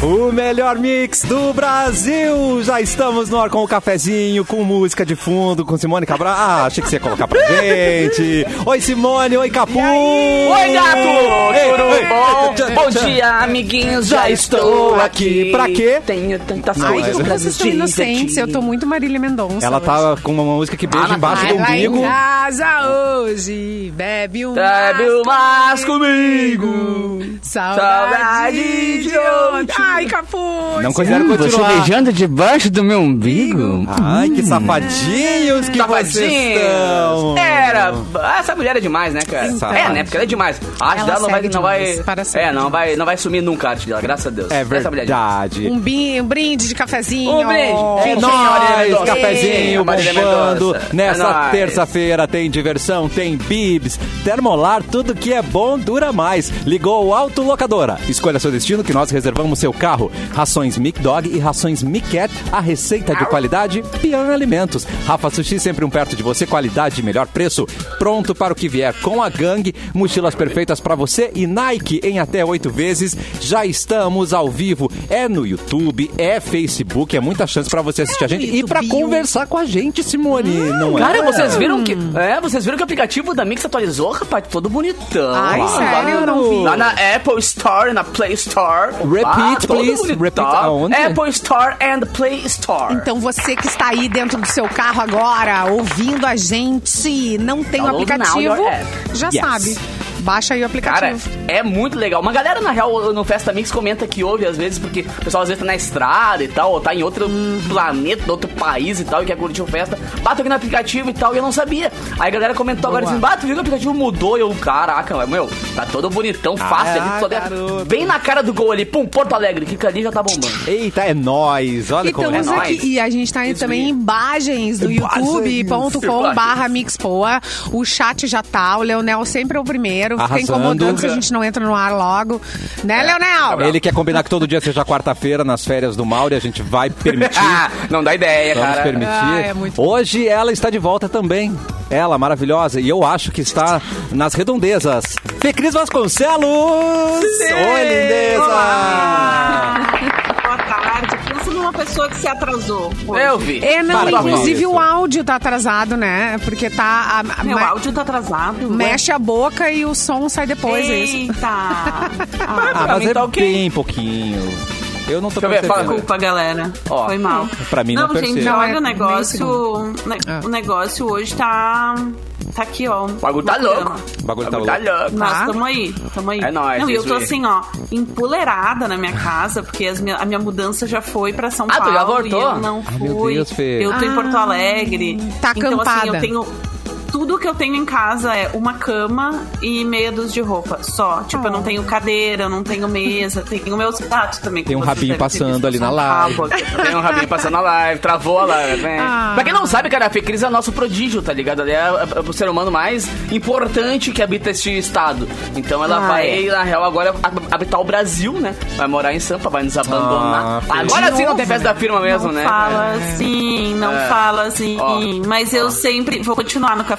o melhor mix do Brasil. Já estamos no ar com o cafezinho, com música de fundo, com Simone Cabral. Ah, achei que você ia colocar pra gente. Oi, Simone. Oi, Capu. Oi, gato! Ei, Tudo ei, bom? tchan, bom tchan. dia, amiguinhos. Já estou aqui. Pra quê? Tenho tantas Ai, coisas como pra é, Vocês estão inocentes, eu tô muito Marília Mendonça. Ela hoje. tá com uma música que beija Ah, embaixo do Vai lá em umbigo. tá casa hoje, bebe um Bebe o mais comigo. Saudade de ontem. Ai, Capu. Não quiseram Hum, você continuar. beijando debaixo do meu umbigo? Ai, que safadinhos que vocês estão. Safadinhos. Tá Era. ah, Essa mulher é demais, né, cara? É, né? Porque ela é demais. A arte Ela dela não vai. segue Não vai demais, para sempre é, não demais. vai, não vai sumir nunca a arte dela, graças a Deus. É Essa mulher é demais. verdade. Um, brin- um brinde de cafezinho. Um brinde. É Sim, Marília nóis, Mendonça. cafezinho Sim, Marília bombando. Mendonça. É Nessa nóis. terça-feira tem diversão, tem bibs, termolar, tudo que é bom dura mais. Ligou o Autolocadora. Escolha seu destino que nós reservamos seu carro. Rações Mic Dog e rações Mic Cat, a receita de qualidade Pian Alimentos. Rafa Sushi, sempre um perto de você, qualidade e melhor preço. Pronto para o que vier com a gangue. Mochilas perfeitas para você e Nike em até oito vezes. Já estamos ao vivo. É no YouTube, é Facebook, é muita chance para você assistir a gente e para YouTube. conversar com a gente, Simone. não é? Cara, vocês viram que. Hum. É, vocês viram que o aplicativo da Mix atualizou, rapaz? Todo bonitão. Ai, Lá- sério, eu não vi. Lá na Apple Store, na Play Store. Repeat, Ah, todo please. bonitão. Repeat aonde? Apple Store and Play Store. Então você que está aí dentro do seu carro agora, ouvindo a gente, não tem o Download now aplicativo, your app. já Yes. sabe. Baixa aí o Cara, aplicativo. é muito legal. Uma galera, na real, no Festa Mix comenta que ouve às vezes, porque o pessoal às vezes tá na estrada e tal, ou tá em outro planeta, outro país e tal, e quer curtir uma festa. Bato aqui no aplicativo e tal, e eu não sabia. Aí a galera comentou agora, Boa. dizendo, bato, viu que o aplicativo mudou? E eu, caraca, mas, meu, tá todo bonitão, fácil. Ah, ali, só der- garoto. Bem na cara do gol ali, pum, Porto Alegre, clica ali e já tá bombando. Eita, é nóis. Olha E como é estamos é nóis. nóis. aqui, e a gente tá aí também em imagens do Imagens. youtube.com barra mixpoa, o chat já tá, o Leonel sempre é o primeiro, fica Arrasando. É. incomodando se a gente não entra no ar logo, né Leonel? Ele quer combinar que todo dia seja quarta-feira nas férias do Mauro e a gente vai permitir. Ah, não dá ideia, Vamos cara. permitir. Ah, é muito bom. Hoje ela está de volta também. Ela, maravilhosa. E eu acho que está nas redondezas. Fê Cris Vasconcelos! Oi, lindeza! Olá! Boa tarde. Pensa numa pessoa que se atrasou. hoje. Eu vi. É, não, Para com inclusive isso. o áudio tá atrasado, né? Porque tá... a- a- Meu ma- áudio tá atrasado. Mexe a boca e o som sai depois, é isso. Eita! Ah, Ah, Pra mas mim é tá ok. bem pouquinho. Eu não tô Deixa eu ver, fala percebendo. Desculpa, galera. Ó. Foi mal. Pra mim, não Não, gente, percebo. Não, é olha o meio negócio. segundo. ne- Ah. O negócio hoje tá. Tá aqui, ó. O bagulho tá louco. O bagulho tá louco. Nós Tá. tamo aí, tamo aí. É nóis, Não, e eu isso tô aí. assim, ó, empolerada na minha casa, porque as minha- a minha mudança já foi pra São Ah, tu Paulo. já e voltou? Ah, eu não Ah, meu fui. Deus, Fê. eu tô em Porto Alegre. Tá Então, assim, acampada. eu tenho. Tudo que eu tenho em casa é uma cama e meia dúzia de roupa, só. Tipo, eu não tenho cadeira, eu não tenho mesa, tenho meus gatos também. que Tem um vocês rabinho devem ter passando visto, ali são na um live. rabo aqui. Tem um rabinho passando a live, travou a live, né? Ah. Pra quem não sabe, cara, a Fê Cris é nosso prodígio, tá ligado? Ela é, a- a- o ser humano mais importante que habita este estado. Então ela Ah, vai, é. na real, agora hab- habitar o Brasil, né? Vai morar em Sampa, vai nos abandonar. Ah, Fê. agora De sim não novo, tem festa da firma mesmo, não né? Fala assim, não fala assim. É. Ó. Mas eu sempre vou continuar no cafezinho, né?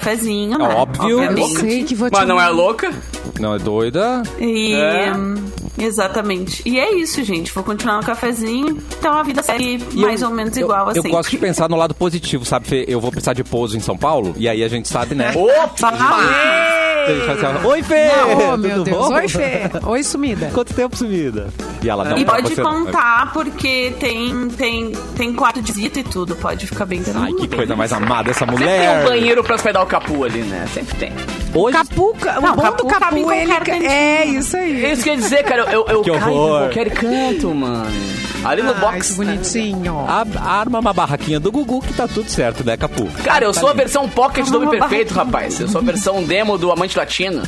É Óbvio. Eu Obviamente. sei que vou te... Mas não é louca? Não, é doida? E, É. hum, Exatamente. E é isso, gente. Vou continuar no cafezinho. Então a vida segue mais ou menos igual eu, assim. Eu gosto de pensar no lado positivo, sabe, Fê? Eu vou precisar de pouso em São Paulo, e aí a gente sabe, né? Opa! A gente faz assim, Oi, Fê! Ah, ô, Tudo meu Deus. bom? Oi, Fê. Oi, sumida. Quanto tempo sumida? E ela não E tá pode você não. contar, porque tem, tem, tem quarto de visita e tudo. Pode ficar bem Ai, que coisa mais amada essa Sempre tem um mulher. banheiro pra hospedar o capu ali, né? Sempre tem. Hoje, Capu, ca- Não, o bom do Capu cabe Capu, em qualquer ele... ca- cantinho. É, isso aí. Isso quer dizer, cara, eu, eu, eu Que caio pra horror. qualquer canto, mano. Ali no Ai, box. que bonitinho. a- arma uma barraquinha do Gugu que tá tudo certo, né, Capu? Cara, eu Tá sou a lindo. versão pocket do Homem uma Perfeito, rapaz. Eu sou a versão demo do Amante Latino.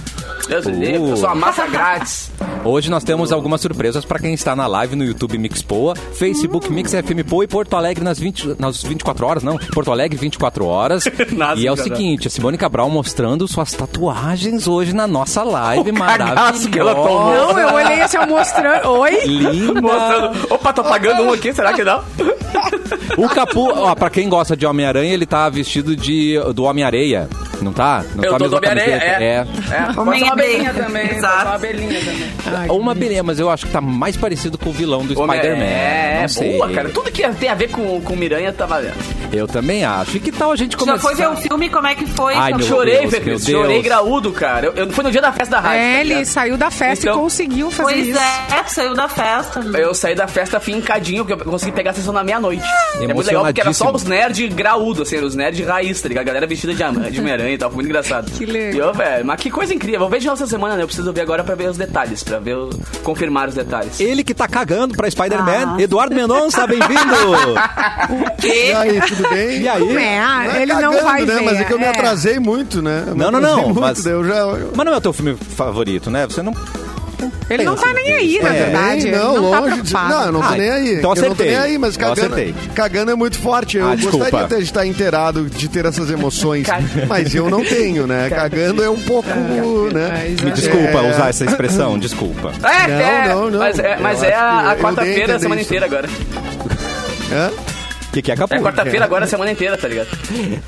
Deus me Uh. livre, eu sou a massa grátis. Hoje nós temos algumas surpresas pra quem está na live no YouTube Mix Poa, Facebook Mix FM Poa e Porto Alegre nas, 20, nas 24 horas, não, Porto Alegre 24 horas. Nossa, e é o cara. seguinte, a Simone Cabral mostrando suas tatuagens hoje na nossa live O cagaço que ela tomou. maravilhosa. Não, eu olhei assim, eu mostrando. Oi? Linda! Opa, tô pagando um aqui, será que não? O Capu, ó, pra quem gosta de Homem-Aranha, ele tá vestido de, do Homem-Areia. Não tá? Não Eu tá tô a do mesma Homem-Aranha, camiseta. é. Pode ser Homem uma abelhinha abelha. também. Pode ser Exato. uma abelhinha também. Ai, Ou é. uma beleza, mas eu acho que tá mais parecido com o vilão do Homem- Spider-Man. É, não sei. boa, cara. Tudo que tem a ver com, com Miranha tá valendo. Eu também acho. E que tal a gente Já começar... foi um- ver o filme, como é que foi? Ai, Tá meu bom. Chorei, Deus, Fê meu Cris, Chorei Deus. graúdo, cara. Eu, eu, foi no dia da festa da rádio. É, tá ele ligado? saiu da festa Então- e conseguiu fazer Pois isso. é, saiu da festa. É, Eu saí da festa fincadinho, porque eu consegui pegar a sessão na meia-noite. É muito legal, porque era só Emocionadíssimo. os nerds graúdos, assim, os nerds raiz, tá ligado? A galera vestida de ama- de Homem-Aranha e tal, foi muito engraçado. Que legal. E eu, velho, mas que coisa incrível. Vou ver de novo essa semana, né? Eu preciso ver agora pra ver os detalhes, pra ver, o- confirmar os detalhes. Ele que tá cagando pra Spider-Man, Eduardo Mendonça, bem-vindo! E aí, tudo bem? E aí? É, ah, é ele não cagando, vai né? ver. Mas é que eu me é. atrasei muito, né? Eu me Não, não, não, atrasei Muito, mas- daí eu já... eu- Mas não é o teu filme favorito, né? Você não. Ele não tá nem aí, na É, verdade. Ele não, não tá longe de... preocupado. Não, eu não tô Ah, nem então aí. eu não tô acertei. nem aí, mas Eu cagando, acertei. cagando é muito forte. Eu Ah, desculpa. gostaria até de estar inteirado, de ter essas emoções, mas eu não tenho, né? Cagando é um pouco, né? Me desculpa É. usar essa expressão, desculpa. É, Não, é, não, não. Mas é, mas Eu é acho que eu- a, a eu dei a quarta-feira, a entender semana isso. inteira agora. Hã? O que, que é É Acapulco? quarta-feira agora, a semana inteira, tá ligado?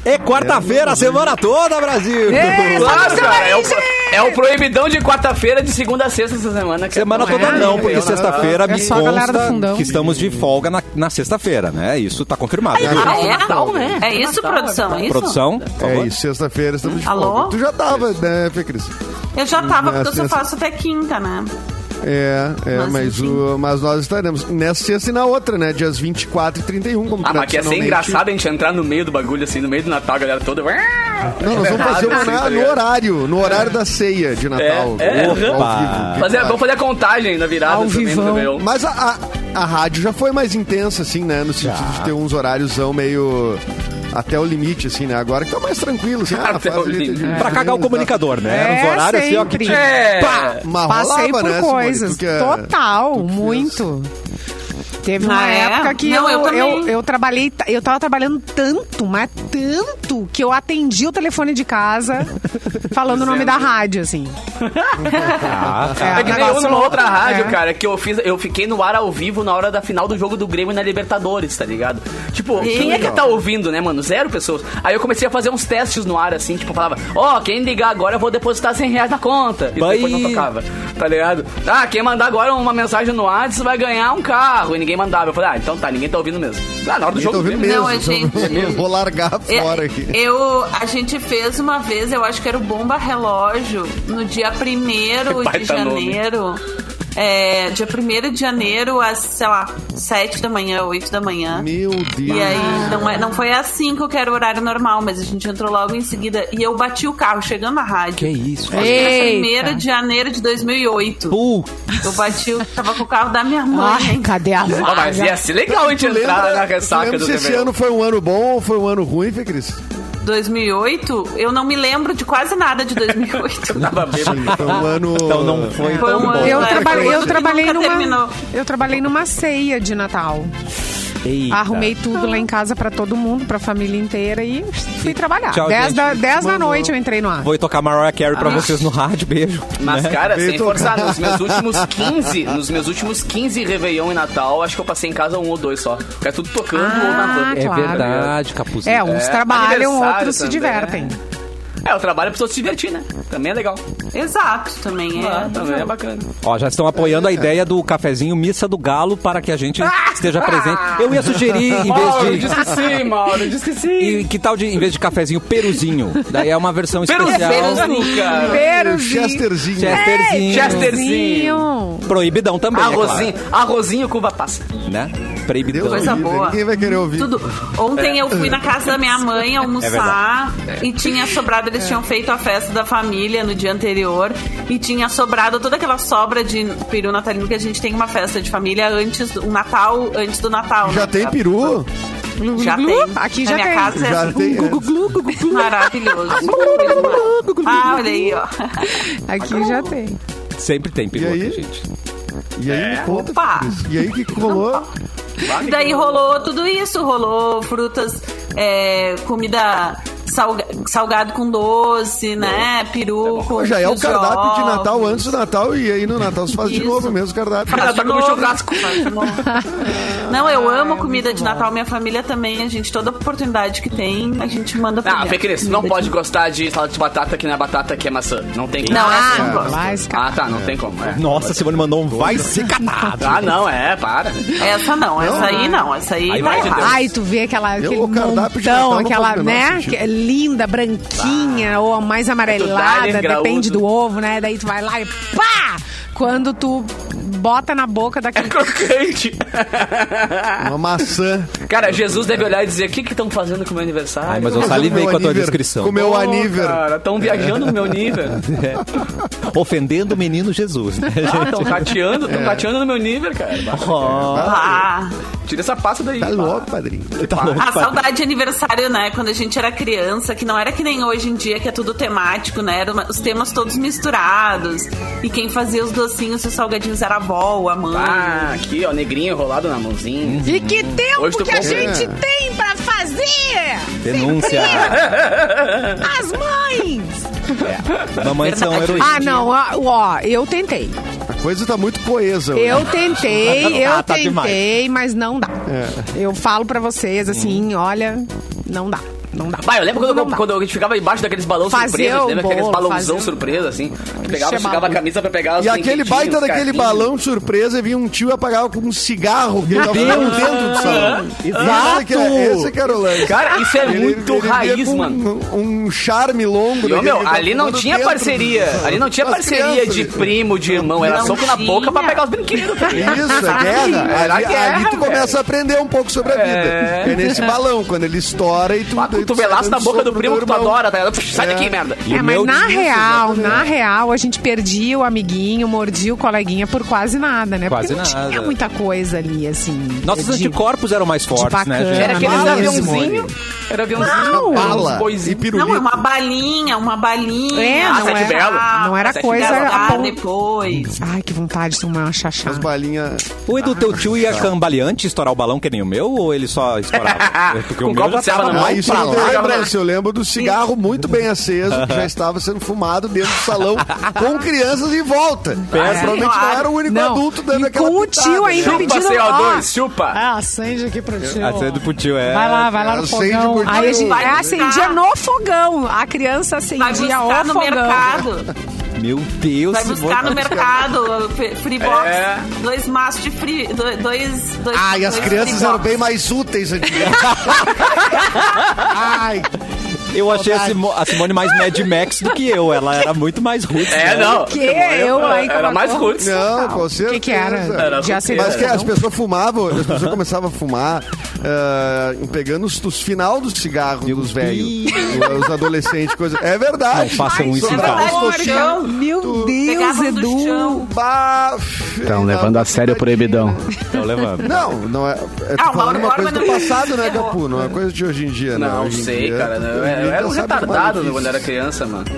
É quarta-feira, a semana toda, Brasil! Claro, cara, é o, gente! é o proibidão de quarta-feira, de segunda a sexta essa semana. que Semana é- toda não, porque eu- sexta-feira É me só a galera do consta fundão. que estamos de folga na, na sexta-feira, né? Isso tá confirmado. né, Ah, Ju? é? Natal, né? É isso, Natal, produção? É isso? Produção? por É favor. isso, sexta-feira estamos de Alô? folga. Tu já tava, né, Fê Cris? Eu já tava, porque eu só Essa- faço até quinta, né? É, é mas, Mas, enfim. o, mas nós estaremos nessa sexta e na outra, né? Dias 24 e 31, como Ah, mas que ia ser tradicionalmente. engraçado a gente entrar no meio do bagulho, assim, no meio do Natal, a galera toda. Não, nós vamos fazer Errado, uma assim, tá na, no ligado? horário, no horário da ceia de Natal. é, Ao vivo, opa. ao vivo. Fazer, vamos fazer a contagem na virada Ao também, vivão. do Réveillon. Mas a, a, a rádio já foi mais intensa, assim, né? No sentido de ter uns horáriosão meio até o limite, assim, né? Agora que tá mais tranquilo, assim. Ah, Até faz o ali- limite. ali- Pra cagar o comunicador, né? É, Era uns horários assim, ó, que sempre. tinha- É. Pá! Mas Passei rolava, por né, Simone? coisas. Tu que é- Total, muito. Teve uma Ah, é? época que eu, Não, eu eu, também. eu trabalhei, eu tava trabalhando tanto, mas tanto, que eu atendi o telefone de casa falando o nome da rádio, assim. Ah, tá. É que nem eu numa outra rádio, É. cara, que eu fiz, eu fiquei no ar ao vivo na hora da final do jogo do Grêmio na Libertadores, tá ligado? Tipo, quem é que tá ouvindo, né, mano? Zero pessoas. Aí eu comecei a fazer uns testes no ar, assim, tipo, eu falava, ó, quem ligar agora eu vou depositar 100 reais na conta. E Bai. depois não tocava, tá ligado? Ah, quem mandar agora uma mensagem no ar, você vai ganhar um carro. E ninguém mandava. Eu falei, ah, então tá, ninguém tá ouvindo mesmo. Ah, na hora do Eu jogo tô do tá ouvindo Grêmio. mesmo. Não, é, gente. Vou largar É, fora aqui. Eu, a gente fez uma vez, eu acho que era o Bomba Relógio, no dia 1 de Baita nome. janeiro. É, dia 1 de janeiro, às, sei lá, 7 da manhã, 8 da manhã. Meu Deus. E aí, não, é, não foi às 5 que era o horário normal, mas a gente entrou logo em seguida. E eu bati o carro chegando na rádio. Que isso? Acho que Eita. era 1 de janeiro de 2008. Pô, Eu bati, o- tava com o carro da minha mãe. Ai, cadê a Ah, mas ia vaga? ser legal a gente Tu lembra- entrar na tu ressaca lembra do se esse Réveillon. ano foi um ano bom ou foi um ano ruim, Fê Cris? 2008, eu não me lembro de quase nada de 2008. Tava bêbado. Foi um ano... Então não foi Foi tão um bom. ano- Eu, Vai, traba- foi eu hoje. trabalhei Nunca numa terminou. eu trabalhei numa ceia de Natal. Eita. Arrumei tudo lá em casa pra todo mundo, pra família inteira e fui trabalhar. Tchau, 10 gente. da, dez da noite eu entrei no ar. Vou tocar Mariah Carey pra vocês no rádio, beijo. Mas, né? cara, Veio sem tocar. forçar, nos meus últimos 15, nos meus últimos 15 Réveillon e Natal, acho que eu passei em casa um ou dois só. Fica tudo tocando ou na van. Ah, É claro. verdade, Capuzinho. É, uns É, trabalham, aniversário outros se também. né? divertem. É, o trabalho é pra pessoa se divertir, né? Também é legal. Exato, também é. Ah, também é bacana. Ó, já estão apoiando a É. ideia do cafezinho Missa do Galo para que a gente esteja presente. Eu ia sugerir, em vez de. que sim, Mauro, diz que sim. E que tal de, em vez de cafezinho, peruzinho? Daí é uma versão especial. Peruzinho, cara. O Peruzinho. um Chesterzinho. Chesterzinho. Chesterzinho. Proibidão também. é Arrozinho, arrozinho com uva passa. claro, né? Deus Proibidão. Coisa livre, boa. Ninguém vai querer ouvir. Tudo. Ontem eu fui na casa da minha mãe almoçar e tinha sobrado, É. eles tinham feito a festa da família no dia anterior e tinha sobrado toda aquela sobra de peru natalino que a gente tem uma festa de família antes, um Natal antes do Natal. Já né? tem peru? Já tem. Aqui Na já minha tem. casa é Já assim, tem. é. maravilhoso. ah, olha aí, ó. Aqui já tem. Sempre tem peru E aqui, aí? gente. E aí, me conta. Opa. Cris. E aí, o que que rolou? E Daí rolou tudo isso, rolou frutas, é, comida salga- salgado com doce, né? Peru com Já é o fios cardápio de ovos. Natal antes do Natal e aí no Natal se faz de Isso. novo o mesmo cardápio. Faz Ela tá de com o novo, churrasco. faz de novo. Não, eu amo comida de Natal, minha família também. A gente, toda oportunidade que tem, a gente manda pra Ah, Fê Cris, tu não pode gostar de salada de batata que não é batata, que é maçã. Não tem como. Não, essa Tá, eu não Ah, gosto. vai, esse cara. Ah, tá, não tem como. é. Nossa, Simone mandou um vai se catar. Ah, não, é, para. Essa não, essa aí não, essa aí, Aí tá vai de errado. Deus. Ai, tu vê aquela, aquele o cardápio de Natal montão, não aquela, faz o menor né? sentido. que é linda, branquinha ou a mais amarelada, É do Dali, depende graúdo. do ovo, né? Daí tu vai lá e pá! Quando tu bota na boca daquele. É Crocante. Uma maçã. Cara, Jesus deve olhar e dizer: o que que estão fazendo com o meu aniversário? Ai, mas eu salivei Meu com a tua aniver- descrição. Com o meu Pô, aniver. Cara, estão viajando no meu nível. Ofendendo o menino Jesus, né, Ah, gente? Estão cateando, É. estão cateando no meu nível, cara. Bah, Oh, Ah, Tira essa pasta daí. Tá bah. louco, padrinho. tá louco, a pai. Ah, saudade de aniversário, né? Quando a gente era criança, que não era que nem hoje em dia, que é tudo temático, né? Eram os temas todos misturados. E quem fazia os docinhos e os salgadinhos era a avó, ou a mãe. Ah, aqui, ó, negrinho enrolado na mãozinha. Hum. E que Hoje tempo tu que a compra- gente tem pra fazer! Denúncia. As mães! Mamães são Verdade. heroínas. Ah, não, ó, ó, eu tentei. A coisa tá muito coesa. hoje. Eu tentei, eu Ah, tá tentei, mas não dá. Eu falo pra vocês assim, olha, não dá, não dá. Bah, eu lembro quando, Não eu, dá. quando a gente ficava embaixo daqueles balões Fazer surpresa, o lembra aqueles bolo, balãozão fazer- surpresa, assim? Tu pegava, é chegava a maluco. camisa pra pegar os E aquele brinquedinhos, baita os daquele carrinhos. balão de surpresa, vinha um tio e apagava com um cigarro que ele tava fumando dentro do salão. Exato! Esse que é, esse que era o lance. Cara, isso é Ele- muito ele vinha raiz, com mano. Um, um charme longo. E, ó, daquele que meu, ali ele tava não fumando tinha dentro parceria. do salão. Ali não tinha As parceria crianças, de gente. primo, de irmão. Era Não soco na boca pra tinha. pegar os brinquedos. tá ligado? Isso, é guerra. Era Ali, guerra, ali tu velho. começa a aprender um pouco sobre a vida. É. É, nesse balão, quando ele estoura e tu. Pá, daí tu cotovelaço sai na dando boca do soco primo no que tu irmão. adora, tá ligado? Sai daqui, É. merda. E É, o mas meu na diz- real, na exatamente. real, a gente perdia o amiguinho, mordia o coleguinha por quase nada, né? Quase Porque não nada. tinha muita coisa ali, assim. Nossos de- anticorpos eram mais fortes, né, bacana. gente? Era aqueles Bala, aviãozinho. Era aviãozinho. Não. Bala e Boizinho. pirulito. Não, é uma balinha, uma balinha. É, Ah, não sete é- belo. não era Sete coisa belo, a ah, ponto- depois. Ai, que vontade de tomar uma chachá. As balinhas. O Edu, teu tio ia cambaleante estourar o balão que nem o meu ou ele só estourava? É, Porque Com o meu copo já de ceva tava na mão. mal Ah, isso eu não pra tenho lá. lembrança. Eu lembro do cigarro muito bem aceso que já estava sendo fumado dentro do salão com crianças em volta. Mas Provavelmente não Claro. era o único Não. adulto dando E aquela com o pitada, tio né? ainda Chupa, pedindo... CO2, ó. chupa. Ah, acende aqui pro tio. Ah, isso é do putinho, é. Vai lá, vai lá no Acende fogão. pro Aí a tio. gente Vai é, acendia buscar. no fogão. A criança Vai acendia o buscar no fogão. mercado. Meu Deus, Vai buscar Simone. no mercado. fe- Free box. É. Dois maços de free. do- Dois. dois Ah, e as dois crianças free eram box. bem mais úteis antigamente. Ai, Eu achei a, Simo- a Simone mais Mad Max do que eu. Ela era muito mais roots. É, né? não. Que eu, aí, Era mais colocou- roots. não, com O certeza. que que era? Era De acender Mas que é fogão? as pessoas fumavam, as pessoas começavam a fumar ah, pegando os, os final do cigarro dos velhos, os adolescentes, coisa. É verdade. Não façam isso em Só casa. os Olha, coxinhos, chão. Meu Deus, Pegavam do Edu. chão. bah, Estão levando a sério o proibidão. Então levando. Não, não é. é Ah, ah, o Mauro falando uma Borba coisa não- do passado, né, Errou. Capu? Não é coisa de hoje em dia, né? Não Hoje em sei, dia, cara. não, Eu, ninguém eu era um sabe falar retardado disso. quando era criança, mano.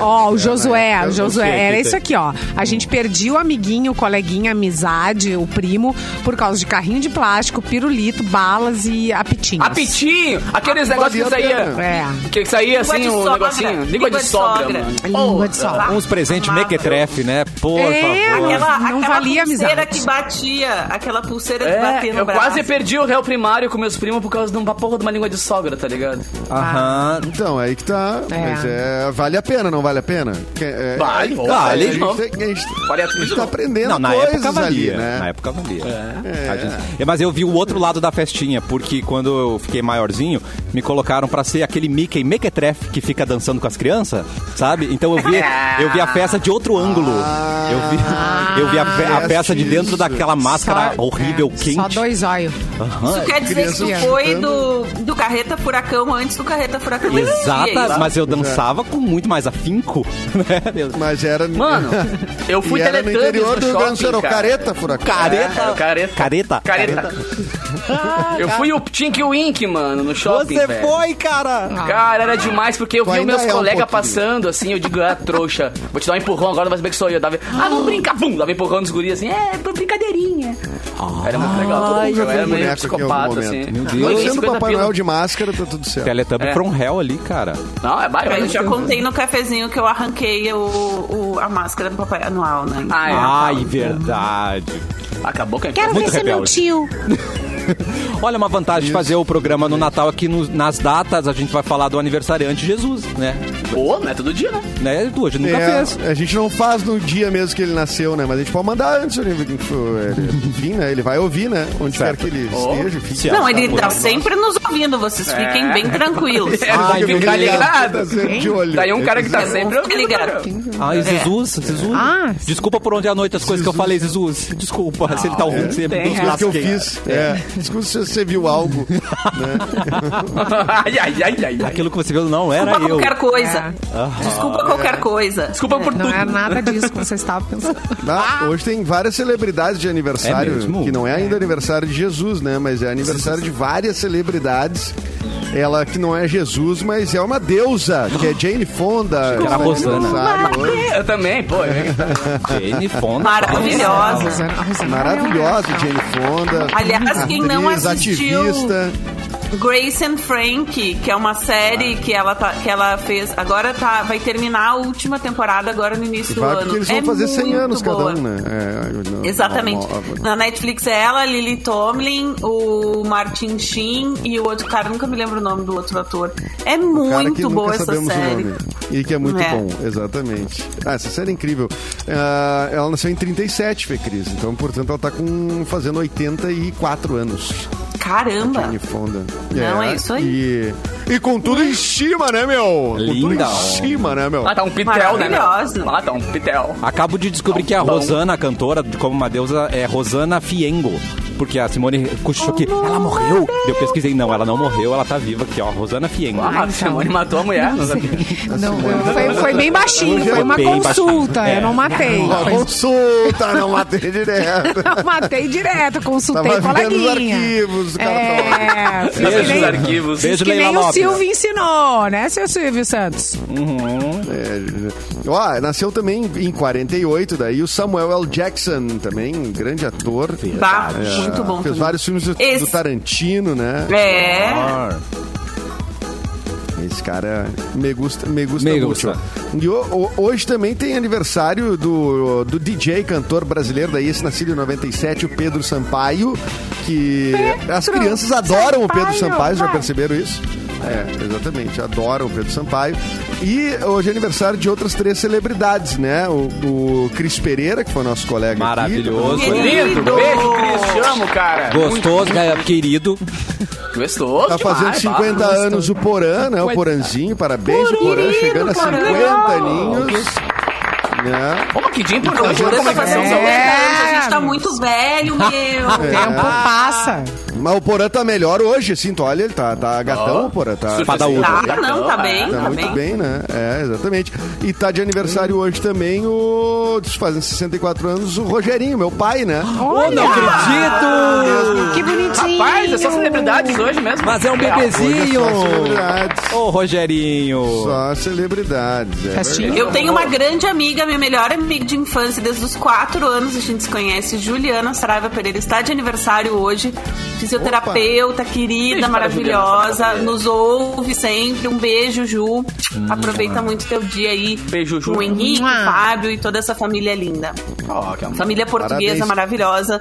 Ó, É, o Josué, né? o Josué, sei, era sei. isso aqui, ó. A gente perdia o amiguinho, o coleguinha, a amizade, o primo, por causa de carrinho de plástico, pirulito, balas e apitinhos. Apitinho! Aqueles negócios que valia a saía. pena. É. Que saía Língua assim, de um sogra. né? negocinho. Língua Língua de de sogra, né? sogra. mano. Língua de sol. tá. Uns presentes Amava. mequetrefe, né? Por É, favor. Aquela, Não aquela valia pulseira amizade. que batia. Aquela pulseira que É, batia no eu braço. quase perdi o réu primário com meus primos por causa de uma porra de uma língua de sogra, tá ligado? Aham. Então, aí que tá. É. Mas é. Vale a pena, não vale a pena? Que- é- Vale, é- vale. A gente, tem- a gente, Vale a a gente pena. tá aprendendo Não, na coisas época valia. ali, né? Na época valia. A gente- É, Mas eu vi o outro lado da festinha, porque quando eu fiquei maiorzinho, me colocaram pra ser aquele Mickey Mequetrefe que fica dançando com as crianças, sabe? Então eu vi, eu vi a festa de outro ângulo. Eu vi, eu vi a, fe- a festa de dentro isso. daquela máscara Só- horrível, é, quente. Só dois olhos. Isso quer dizer que criança tu foi do, do Carreta Furacão antes do Carreta Furacão. existir, é Exata, isso? mas eu dançava com muito mais afinco. né? Eu- Mas era. Mano, eu fui e era no Teletubbies interior no do Rio Grande do Sul, era o shopping, cara. careta, furacão. né, Careta. É, careta. Ah, Careta. Careta. Eu fui o Tink Wink, mano, no shopping. Você velho. foi, cara! Cara, era demais, porque eu Tu vi os ainda meus é um colegas pouquinho. passando, assim, eu digo, ah, trouxa, vou te dar um empurrão agora, vai saber que sou eu. Dava, ah, não brinca, pum, dava empurrão nos guris, assim, é, brincadeirinha. era muito legal, todo mundo já eu vi era um meio boneco aqui em algum psicopata, momento. assim. Meu Deus. Não, Mas e sendo 50 Papai pila. Noel de máscara, tá tudo certo. Teletubby É. from hell ali, cara. Não, é bairro. Eu já contei no Café cafezinho que eu arranquei o, o- a máscara do Papai Anual, né? Ai, Ai, verdade. acabou que Quero Muito ver se é meu rebelde. tio. Olha, uma vantagem de fazer o programa no Natal aqui no- nas datas, a gente vai falar do aniversariante Jesus, né? Pô, não é todo dia, né? né? Du, a gente nunca É, fez. a gente não faz no dia mesmo que ele nasceu, né? Mas a gente pode mandar antes, ele- ele- enfim, né? Ele vai ouvir, né? Onde quer que ele Oh. esteja. enfim. Se Não, achar ele por tá aí. sempre nos ouvindo, vocês fiquem bem tranquilos. É, vai que ficar obrigado, ligado. tá sempre de olho. Daí um cara que tá sempre Fica ligado. Ai, Ah, Jesus, Jesus. É. Ah. Desculpa por onde à noite as coisas que eu falei, Jesus. Desculpa se ele Ah, tá ouvindo sempre. tem nos Coisa que eu lasquei. fiz. É. Desculpa se você viu algo. ai, ai, ai, ai, ai. Aquilo que você viu não era Desculpa eu. qualquer coisa. É. Ah. Desculpa qualquer coisa. Desculpa por Não tudo. é nada disso que você estava pensando. Ah, Hoje tem várias celebridades de É aniversário, mesmo? que não é ainda aniversário de Jesus, né? Mas é aniversário de várias celebridades. Ela que não é Jesus, mas é uma deusa, que é Jane Fonda. que é era Tá Rosana. aniversário hoje. É, Eu também, pô. Jane Fonda. A Maravilhosa. Rosana- a Rosana Ah, Maravilhosa, Jane Fonda. Aliás, quem não atriz, assistiu- ativista. Grace and Frank, que é uma série que ela tá, que ela fez, agora tá, vai terminar a última temporada agora no início do Vai, ano. porque eles é vão fazer 100 muito anos boa. cada um, né? É, eu não- Exatamente. não- não- Na Netflix é ela, a Lily Tomlin, o Martin Sheen e o outro cara, nunca me lembro o nome do outro ator. É cara que muito boa nunca essa sabemos o série. nome. E que é muito É. bom, exatamente. Ah, essa série é incrível. Ah, ela nasceu em 37, Fê Cris. Então, portanto, ela tá com, fazendo 84 anos. Caramba! Jane Fonda. Não, é isso aí. E, e com tudo em cima, né, meu? Com tudo Linda. em cima, né, meu? Ah, tá um pitel, né? meu? Maravilhosa. Ah, tá um pitel. Acabo de descobrir que a Bom. Rosana, a cantora de Como Uma Deusa, é Rosana Fiengo. Porque a Simone cochichou que ela morreu. Eu pesquisei, não, ela não morreu, ela tá viva aqui, ó. Rosana Fiengo. Ah, a Simone matou a mulher. não sabia. assim, Não, eu- né? foi, foi bem baixinho, Hoje foi é uma bem consulta. baixinho. Eu não É. matei. Uma Foi- consulta, não matei direto. Eu matei direto, consultei Tava vendo os coleguinha. arquivos, o cara tava- É, fiz Beijo que nem, nos Tá arquivos. Beijo, fiz que Leila nem o Lopes. Silvio ensinou, né, seu Silvio Santos? É, ó, nasceu também em 48, daí o Samuel L. Jackson, também um grande ator. Tá, É, muito bom. Fez também. vários filmes do, Esse- do Tarantino, né? É. Esse cara me gusta, me gusta Me muito. gusta. E ho- ho- hoje também tem aniversário do, do DJ, cantor brasileiro, daí esse nascido em 97, o Pedro Sampaio, que as crianças adoram o Pedro Sampaio, Sampaio, já vai. perceberam isso? É, exatamente, adoram o Pedro Sampaio. E hoje é aniversário de outras três celebridades, né? O, o Cris Pereira, que foi nosso colega Maravilhoso. aqui, Lindo, Lindo. beijo, Cris. Te amo, cara. Gostoso, né, querido. Gostoso. Tá fazendo demais, 50 anos o Porã, né? O Porãzinho, parabéns, o Porã chegando a 50 aninhos. Né? Ô, mas que dia Eu importante. juro que eu tô fazendo 50 É. anos, a gente tá muito velho, É. meu. Tempo É um passa. Mas o Porã tá melhor hoje, assim, tu olha, ele tá, tá gatão, Ó. Ah, o Porã, tá, Surfa- Padaúdo. Tá, não, tá bem, tá tá muito bem. bem, né? É, exatamente. E tá de aniversário hoje também o, fazendo 64 anos, o Rogerinho, meu pai, né? Oh, não acredito! Que bonitinho. Rapaz, é só celebridades hoje mesmo. Mas é um Real. Hoje é bebezinho. só celebridades. Ô, Rogerinho. Só celebridades. é Festinha. verdade. Eu tenho uma grande amiga, minha melhor amiga de infância, desde os quatro anos a gente se conhece, Juliana Saraiva Pereira, está de aniversário hoje, fisioterapeuta, querida, Beijo para a Juliana maravilhosa, Saraiva Pereira. nos ouve sempre, um beijo, Ju, aproveita muito teu dia aí, Hum. Beijo, Ju. com o Henrique, Mua. o Fábio e toda essa família linda, Ó, que amor. família portuguesa Parabéns. maravilhosa,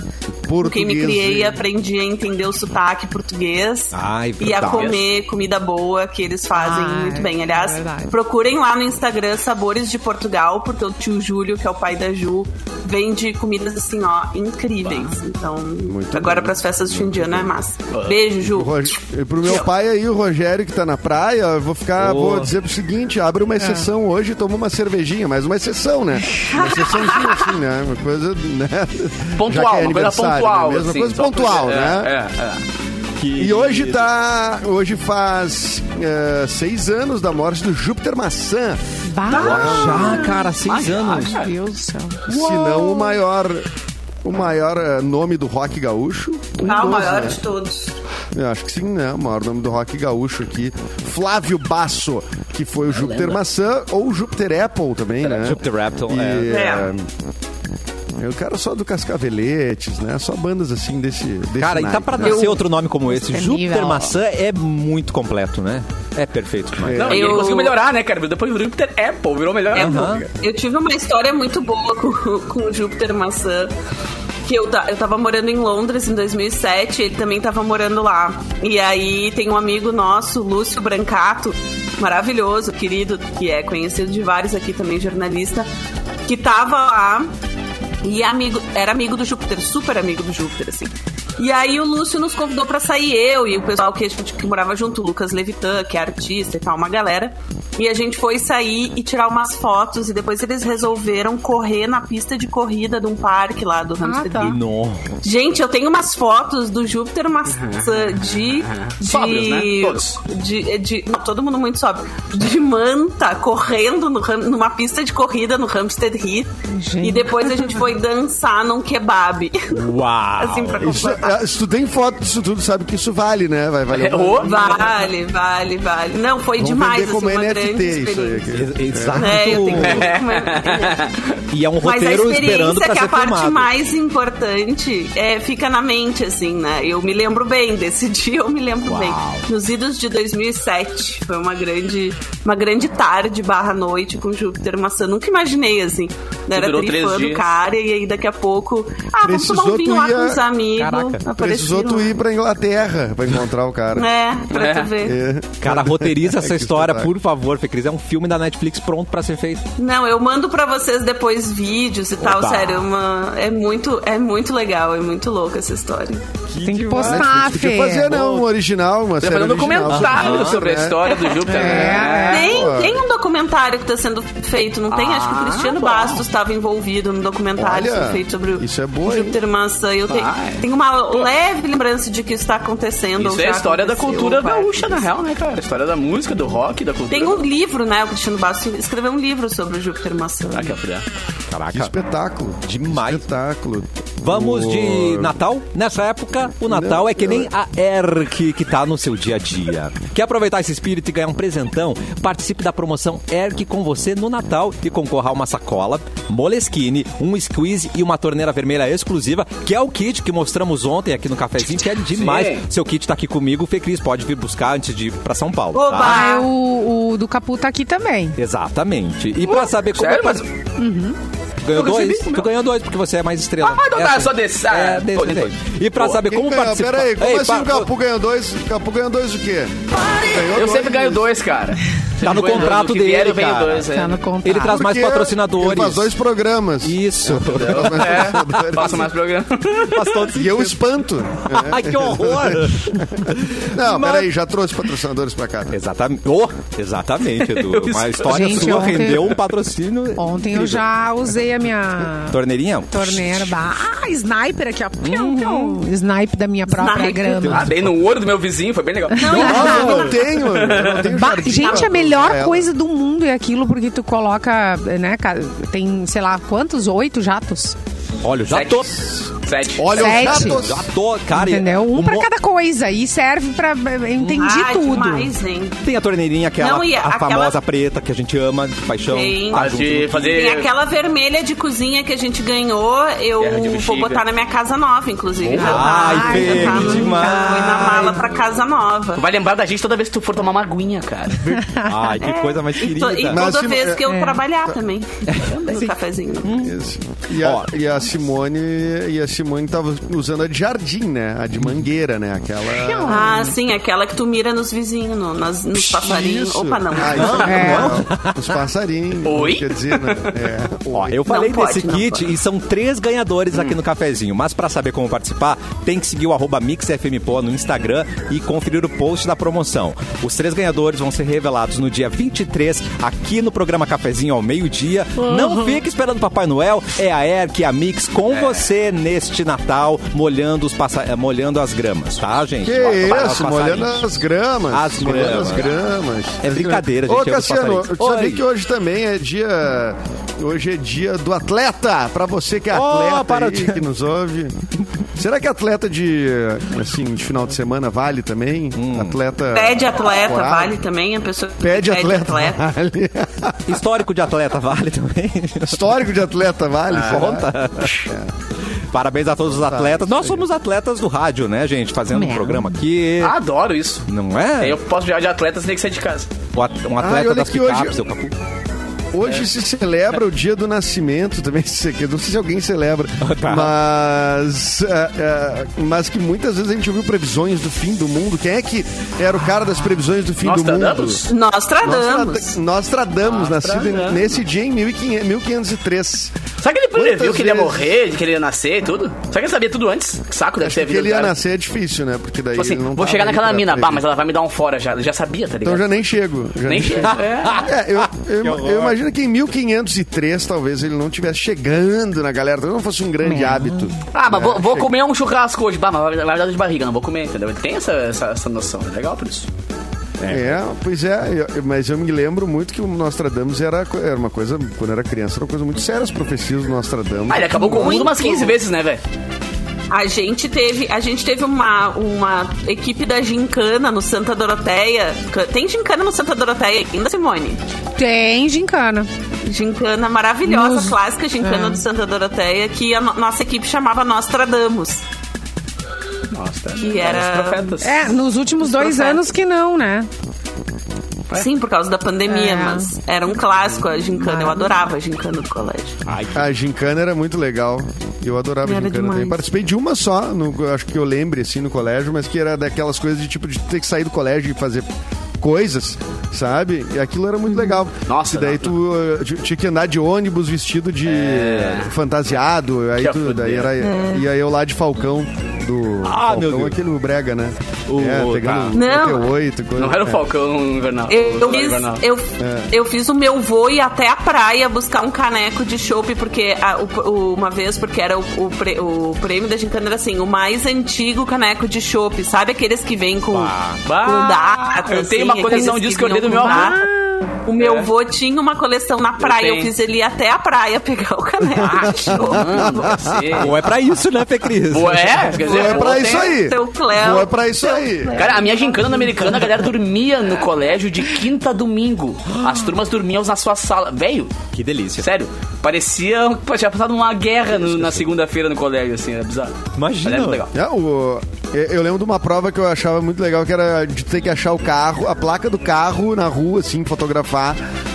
com quem me Portuguesa, criei e hein? aprendi a entender o sotaque português Ai, e a verdade. comer comida boa que eles fazem Ai, muito bem, aliás, é verdade. Procurem lá no Instagram Sabores de Portugal, porque o tio Júlio, que é o pai da Ju, vende comidas assim, ó, incríveis. Então, agora pras festas de fim de ano é massa. Beijo, Ju. O Roge- e Pro meu pai aí, o Rogério, que tá na praia, eu vou ficar, Boa. vou dizer pro seguinte, abre uma exceção Ah. hoje e toma uma cervejinha, mas uma exceção, né? Uma exceçãozinha assim, né? Uma coisa, né? Já que Pontual, é uma coisa aniversário, pontual. Né? Mesma assim, coisa só pontual, porque- né? É, é, é. E hoje tá. Hoje faz eh, seis anos da morte do Júpiter Maçã. Bah, Já, Ah, cara, seis anos. Meu Deus do céu. Se não o maior. O maior eh, nome do rock gaúcho. Um Ah, o dos, maior né? de todos. Eu acho que sim, né? O maior nome do rock gaúcho aqui. Flávio Basso, que foi o Júpiter Maçã, ou Júpiter Apple também, né? Júpiter Apple, E, é. É. eh, Eu quero só do Cascaveletes, né? Só bandas assim desse. desse Cara, e tá naipe, pra né? nascer outro nome como esse. Terrível. Júpiter Maçã é muito completo, né? É perfeito demais. Não, e ele Eu- conseguiu melhorar, né, cara? Depois do Júpiter Apple, virou melhor Apple. Aham. É, Eu tive uma história muito boa com, com o Júpiter Maçã. Que eu, ta- eu tava morando em Londres em 2007, ele também tava morando lá. E aí tem um amigo nosso, Lúcio Brancato, maravilhoso, querido, que é conhecido de vários aqui também, jornalista, que tava lá e é amigo, era amigo do Júpiter, super amigo do Júpiter, assim. E aí o Lúcio nos convidou pra sair, eu e o pessoal que, a gente- que morava junto, o Lucas Levitan, que é artista e tal, uma galera. E a gente foi sair e tirar umas fotos, e depois eles resolveram correr na pista de corrida de um parque lá do Hamster tá. Hill. Nossa. Gente, eu tenho umas fotos do Júpiter maçã de. de Sóbrios, né? Todos. De, é de- não, todo mundo muito sóbrio. De manta correndo no ram- numa pista de corrida no Hampstead Heath. Gente. E depois a gente foi dançar num kebab. Uau. assim, pra Isso, completar. é, se tu tem foto disso tudo, sabe que isso vale, né? Vai valer. É, ô, Vale, vale, vale. Não, foi Vamos demais. vender Assim, como uma grande NFT isso aí. experiência. aqui. Ex- Exato. É, eu tenho que... uma- E é um Mas a roteiro esperando experiência, pra que é a ser parte filmado. mais importante, é, fica na mente, assim, né? Eu me lembro bem desse dia, eu me lembro bem. Nos idos de 2007, foi uma grande, uma grande tarde barra noite com Júpiter Maçã. Nunca imaginei, assim. Era durou três trifã do dias. cara, e aí daqui a pouco... Ah, vamos tomar Precisou um vinho tu lá ir com a- os amigos. Caraca, apareceram. Precisou tu ir pra Inglaterra pra encontrar o cara. É, pra É. tu ver. É. Cara, roteiriza essa Que tá- história, espetáculo. por favor, Fê Cris. É um filme da Netflix pronto pra ser feito. Não, eu mando pra vocês depois vídeos e tal, Oba. sério, é uma, é muito, é muito legal, é muito louca essa história. Tem que postar, Netflix Fê. podia fazer, não, um original, uma Tá série fazendo um original. documentário Ah, sobre a né? história É. do Júpiter. né? tem, pô. tem um documentário que tá sendo feito, não tem? Acho que o Cristiano bom. Bastos estava envolvido no documentário Ah, Olha, sendo feito sobre o isso é boa, hein? Júpiter Maçã. Eu tenho, Vai. tenho uma leve lembrança de que isso está acontecendo. Isso ou é a já história da aconteceu, cultura vai. gaúcha, na real, né, cara? A história da música, do rock, da cultura. Tem um livro, né? O Cristiano Bastos escreveu um livro sobre o Júpiter Maçã. Ah, que Né? afria. Que Caraca. espetáculo. Demais. Espetáculo. Vamos de Natal. Nessa época, o Natal Não, é que nem eu- a ERC que tá no seu dia a dia. Quer aproveitar esse espírito e ganhar um presentão? Participe da promoção ERC com você no Natal e concorra a uma sacola, moleskine, um squeeze e uma torneira vermelha exclusiva, que é o kit que mostramos ontem aqui no cafezinho, que é demais. Sim. Seu kit tá aqui comigo, Fê Cris, pode vir buscar antes de ir pra São Paulo. Oba! tá? Ah, o, o do Capu tá aqui também. Exatamente. E pra saber como Uh, sério? Uhum. é que- Ganhou Eu recebi dois? o meu. Tu ganhou dois porque você é mais estrela. Ah, então tá, Essa- só desse. Ah, É, desse, dois, desse. dois. E pra saber como é Quem ganhou? participar. Peraí, como Ei, assim pa- o Capu ganhou dois? O Capu ganhou dois o quê? Ganhou Eu dois. sempre ganho dois, cara. Tá no Sempre ganho contrato dois. O que dele, vier, eu venho cara. dois, é. Tá no contrato. Ele traz Porque mais patrocinadores. Ele faz dois programas. Isso. É, faça mais um programa. faz todos. E eu espanto. É. Ai, que horror! Não, Mas- peraí, já trouxe patrocinadores pra cá. né? Exatamente. Oh, exatamente, Edu. Uma história Gente, sua ontem- rendeu um patrocínio. Ontem incrível. eu já usei a minha Torneirinha? torneira. Bah, Ah, sniper aqui, ó. é um, Piu, piu. Snipe da minha própria Sniper. Ah, um grama. dei no olho do meu vizinho, foi bem legal. Não, Ah, eu não tenho. Eu não tenho Bah, jardim gente, pra- a melhor pra ela. coisa do mundo é aquilo, porque tu coloca, né, cara, tem, sei lá, quantos? Oito jatos? Olha, já Sete. tô. Sete. Olha os Sete. gatos. Já tô, cara. e- Entendeu? Um o pra mo- cada coisa. E serve pra. Eu entendi ah, tudo. demais, hein? Tem a torneirinha, aquela, Não, e a aquela- famosa preta que a gente ama, de paixão. Sim. Tá Ah, junto de no- E fazer. aquela vermelha de cozinha que a gente ganhou, eu Guerra de vou bexiga. botar na minha casa nova, inclusive. já tá, Ai, Fê, já tá, que no- demais. já foi na mala pra casa nova. Tu vai lembrar da gente toda vez que tu for tomar uma aguinha, cara. Ai, que coisa mais E, to- É. e querida. Mas toda se- vez que eu é. trabalhar também. No cafezinho. Isso. E a, Ó. e a Simone e a Simone tava usando a de jardim, né? A de mangueira, né? Aquela. Ah, sim, aquela que tu mira nos vizinhos, no, nas, nos passarinhos. Isso. Opa, não. Ah, isso Não, é não. legal. Os passarinhos. Oi? Quer dizer, né? É. Ó, Oi. eu falei pode, desse não kit e são três ganhadores aqui no cafezinho. Mas pra saber como participar, tem que seguir o arroba MixFMPoa no Instagram e conferir o post da promoção. Os três ganhadores vão ser revelados no dia 23, aqui no programa Uhum. Cafezinho ao meio-dia. Não fique esperando Papai Noel, é a ERC e a Mix com você neste natal molhando, os passa... eh, molhando as gramas, tá, gente? Que Bota para os isso, molhando passarinhos. as gramas. As molhando as gramas. É brincadeira, gente, Ô, eu amo os Cassiano, passarinhos. eu sabia Oi. que hoje também é dia... Hoje é dia do atleta, pra você que é Ó, atleta para aí, de- que nos ouve. Será que atleta de, assim, de final de semana vale também? Hum. Atleta... Pede atleta, temporada? vale também, a pessoa que Pede atleta, vale. Histórico de atleta vale também. Histórico de atleta vale, Ah, conta. Conta. Parabéns a todos os atletas. Nós isso aí. somos atletas do rádio, né, gente? Fazendo um É. programa aqui. Ah, adoro isso. Não é? Eu posso viajar de atleta sem ter que sair de casa. O at- Um Ah, e atleta olha das que hoje- picapes, seu capu. Hoje se celebra o dia do nascimento também, se- que eu não sei se alguém celebra, Ah, Tá. mas, ah, ah, mas que muitas vezes a gente ouviu previsões do fim do mundo. Quem é que era o cara das previsões do fim do mundo? Nostradamus? Nós tradamos. Nostrad- Nostradamus, nascido Nostradamus. nesse dia em 1500 1503. Será que ele previu Quantas que ele ia vezes? morrer, que ele ia nascer e tudo? Será que ele sabia tudo antes? Que saco deve Acho ser a que vida ele do ia cara. nascer é difícil, né? Porque daí Tipo assim, ele não vou tava chegar aí naquela pra mina, bah, prever. mas ela vai me dar um fora já. Ele já sabia, tá ligado? Então já nem chego. Já Nem chega. É. É, eu, eu- eu imagino que em 1503 talvez ele não estivesse chegando na galera, talvez não fosse um grande hábito. Ah, mas né? vou, vou Chega- comer um churrasco hoje. Bah, mas vai vai me dar dor de barriga, não vou comer, entendeu? Ele tem essa, essa, essa noção, é legal por isso. É, pois é, eu- eu- mas eu me lembro muito que o Nostradamus era, co- era uma coisa, quando era criança, era uma coisa muito séria, as profecias do Nostradamus. Ah, ele acabou com o mundo Muito. umas 15 vezes, né, velho? A gente teve, a gente teve uma, uma equipe da Gincana no Santa Doroteia. Tem Gincana no Santa Doroteia ainda, Simone? Tem gincana. Gincana maravilhosa, clássica Gincana do Santa Doroteia, que a no- nossa equipe chamava Nostradamus. Nossa, Que era- Os profetas. É, nos últimos dois profetas. anos que não, né? Sim, por causa da pandemia, É. mas era um clássico a Gincana. Eu adorava a Gincana do colégio. A gincana era muito legal. Eu adorava Era gincana também. demais. Participei de uma só, no- eu acho que eu lembro, assim, no colégio, mas que era daquelas coisas de tipo de ter que sair do colégio e fazer coisas, sabe? E aquilo era muito Uhum. legal. Nossa, E daí não. tu eh, ti- tinha que andar de ônibus vestido de É. fantasiado, aí Que tu, daí fuder. era e aí eu lá de Falcão do Ah, Falcão, meu Deus. aquele do Brega, né? O- é, o- pegando tá. Não. 58, coisa. Não era o é. Falcão Invernal. Eu O fiz, Invernal. eu, eu fiz o meu vô ir até a praia buscar um caneco de chopp, porque a- o- o- uma vez, porque era o, o pre- o prêmio da Gincana era assim, o mais antigo caneco de chopp, sabe aqueles que vem com, com Bah, data, eu tenho assim, uma coleção aqueles disso que eu dei vinham do meu com avô. data. O meu É. vô tinha uma coleção na praia, eu, tenho. fiz ele ir até a praia pegar o caneco de chopp. Mano, você. Ou é pra isso, né, Fê Cris? Ou é, quer dizer, Ou é ou pra tem- isso aí. Seu Cleo. Ou é pra isso aí. Cara, a minha gincana na americana, a galera dormia no colégio de quinta a domingo. As turmas dormiam na sua sala. Velho, Que delícia. sério, parecia que tinha passado uma guerra no- na segunda-feira no colégio, assim, era bizarro. Imagina. Era muito legal. É, o- eu, eu lembro de uma prova que eu achava muito legal, que era de ter que achar o carro, a placa do carro na rua, assim, fotografar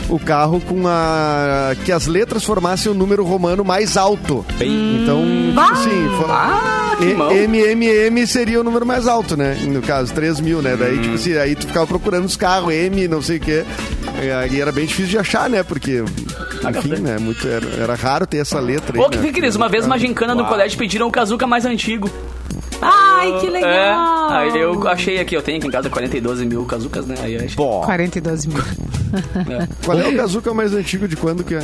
o carro com a. que as letras formassem o número romano mais alto. Bem- Então, tipo assim, for- Ah, que E- mão. MMM seria o número mais alto, né? No caso, 3 mil, né? Daí, Hum. tipo assim, aí tu ficava procurando os carros, M, não sei o quê. E era bem difícil de achar, né? Porque, enfim, né? Muito, era, era raro ter essa letra. aí, Ah, Ô, que né? fica, Cris, uma vez uma gincana no colégio pediram o Kazuca mais antigo. Ai, que legal. É, aí eu achei aqui, eu tenho aqui em casa 42 mil Kazucas, né? Aí eu achei. Bom, 42 mil. Qual é o Kazuca mais antigo de quando que é?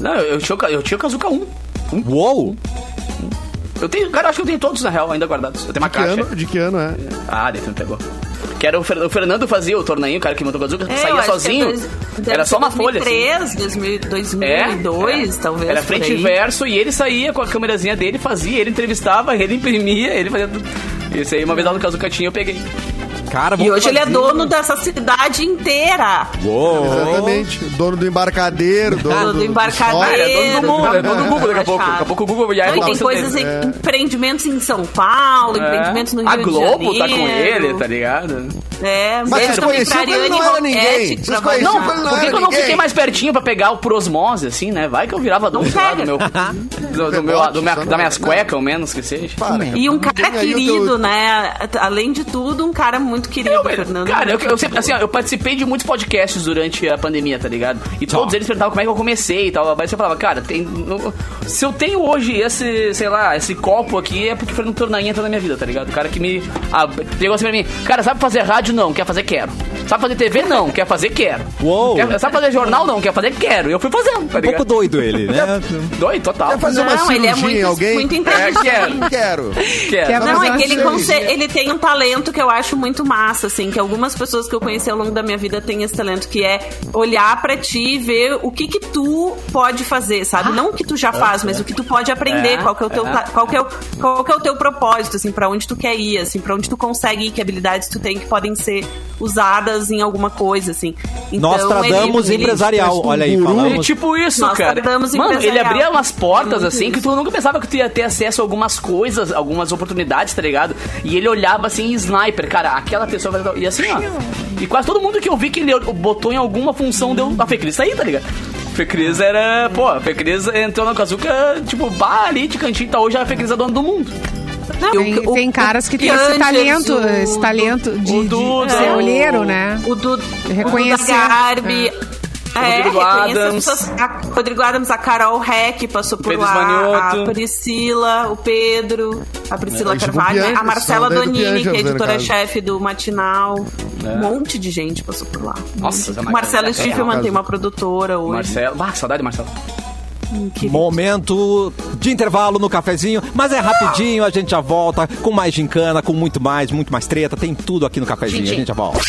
Não, eu, eu tinha, o Ka- eu tinha o Kazuca 1. uou! Eu tenho, cara, eu acho que eu tenho todos, na real, ainda guardados. Eu tenho uma Que caixa. ano, de que ano é? Ah, daí tu me pegou. Que era o, Fer- o Fernando fazia o torneio, o cara que montou o Kazuca, É, eu saía acho que sozinho. é dois- deve era ser só uma folha. Assim. 2003, 2000, 2002, É, é. talvez. Era por frente e aí. verso e ele saía com a câmerazinha dele, fazia, ele entrevistava, ele imprimia, ele fazia tudo. Esse aí, uma vez lá no Kazuca tinha, eu peguei. Cara, E vamos hoje ele é fazer- assim. dono dessa cidade inteira. Uou! Tá Um Exatamente. Dono do embarcadeiro, dono Dono do, do Cara, embarcadeiro. é dono do mundo, é dono do Google daqui a Achado. pouco. Daqui a pouco o Google já é Não, Então, e igual tem você coisas, tem. em, empreendimentos em São Paulo, É. empreendimentos no Rio A de Globo tá com Janeiro. ele, tá ligado? É, Mas vocês ele também conheciam traria quando não Anne era Roquette ninguém. pra Vocês conheciam trabalhar. quando não Por que, era que eu não fiquei ninguém? mais pertinho pra pegar o prosmose, assim, né? Vai que eu virava dono lá do meu. Do, do meu do minha, da minhas cuecas, ao menos que seja. Para, E um cara cara aí o querido, teu- né? Além de tudo, um cara muito querido, Eu, Fernando. cara, eu, eu sempre, assim, ó, eu participei de muitos podcasts durante a pandemia, tá ligado? E todos eles perguntavam como é que eu comecei e tal. Mas eu falava, cara, tem, no- se eu tenho hoje esse, sei lá, esse copo aqui, é porque foi um tornainha toda a minha vida, tá ligado? O cara que me. ab- Chegou assim pra mim, cara, sabe fazer rádio? Não, quer fazer? Quero. Sabe fazer TV? Não. Quer fazer? Quero. Uou. Quer- sabe fazer jornal? Não. Quer fazer? Quero. E eu fui fazendo, tá Um pouco ligado? doido ele, né? Doido, total. Quer fazer uma Não, ele é cirurgia em muito- alguém? muito É, inteligente. quero. Quero. Quero. Quer Não, fazer é uma que ele, cirurgia. conse- ele tem um talento que eu acho muito massa, assim, que algumas pessoas que eu conheci ao longo da minha vida têm esse talento, que é olhar pra ti e ver o que que tu pode fazer, sabe? Ah. Não o que tu já faz, mas o que tu pode aprender, Ah, É, qual que é o teu, é. ta- qual que é o, qual que é o teu propósito, assim, para onde tu quer ir, assim, para onde tu consegue ir, que habilidades tu tem que podem ser usadas em alguma coisa, assim. Então, Nós tradamos ele- ele- empresarial. Olha aí, É falamos. tipo isso, Nossa, cara. damos Mano, ele empresarial. abria umas portas Muito assim que tu nunca pensava que tu ia ter acesso a algumas coisas, algumas oportunidades, tá ligado? E ele olhava assim, sniper, cara, aquela pessoa vai dar- E assim, ó. E quase todo mundo que eu vi que ele botou em alguma função deu. A Fecris tá aí, tá ligado? Fecris era. Pô, a Fecris entrou na Kazuca, tipo, bah, ali de cantinho, tá hoje a Fecris é dona do mundo. Não, Tem, o- o- tem caras que o têm esse Piangers, talento, o- esse talento de, o de Duda, ser o- olheiro, né? O do Reconhecer. O Duda Garbi. É, Rodrigo reconhecer as Adams. pessoas. A Rodrigo Adams, a Carol Reck passou por Pedro lá, Smanioto. a Priscila, o Pedro, a Priscila É, isso do Carvalho, né? a Piangers, Marcela são daí do Donini, que é Piangers, né, no editora-chefe do Matinal. Um monte de gente passou por lá. É. Nossa, essa o Marcela é Marcelo Stiefelman arrasa. tem uma produtora hoje. Marcelo. Ah, saudade, Marcelo. Momento de intervalo no cafezinho, mas é rapidinho, a gente já volta com mais gincana, com muito mais, muito mais treta, tem tudo aqui no cafezinho, a gente já volta.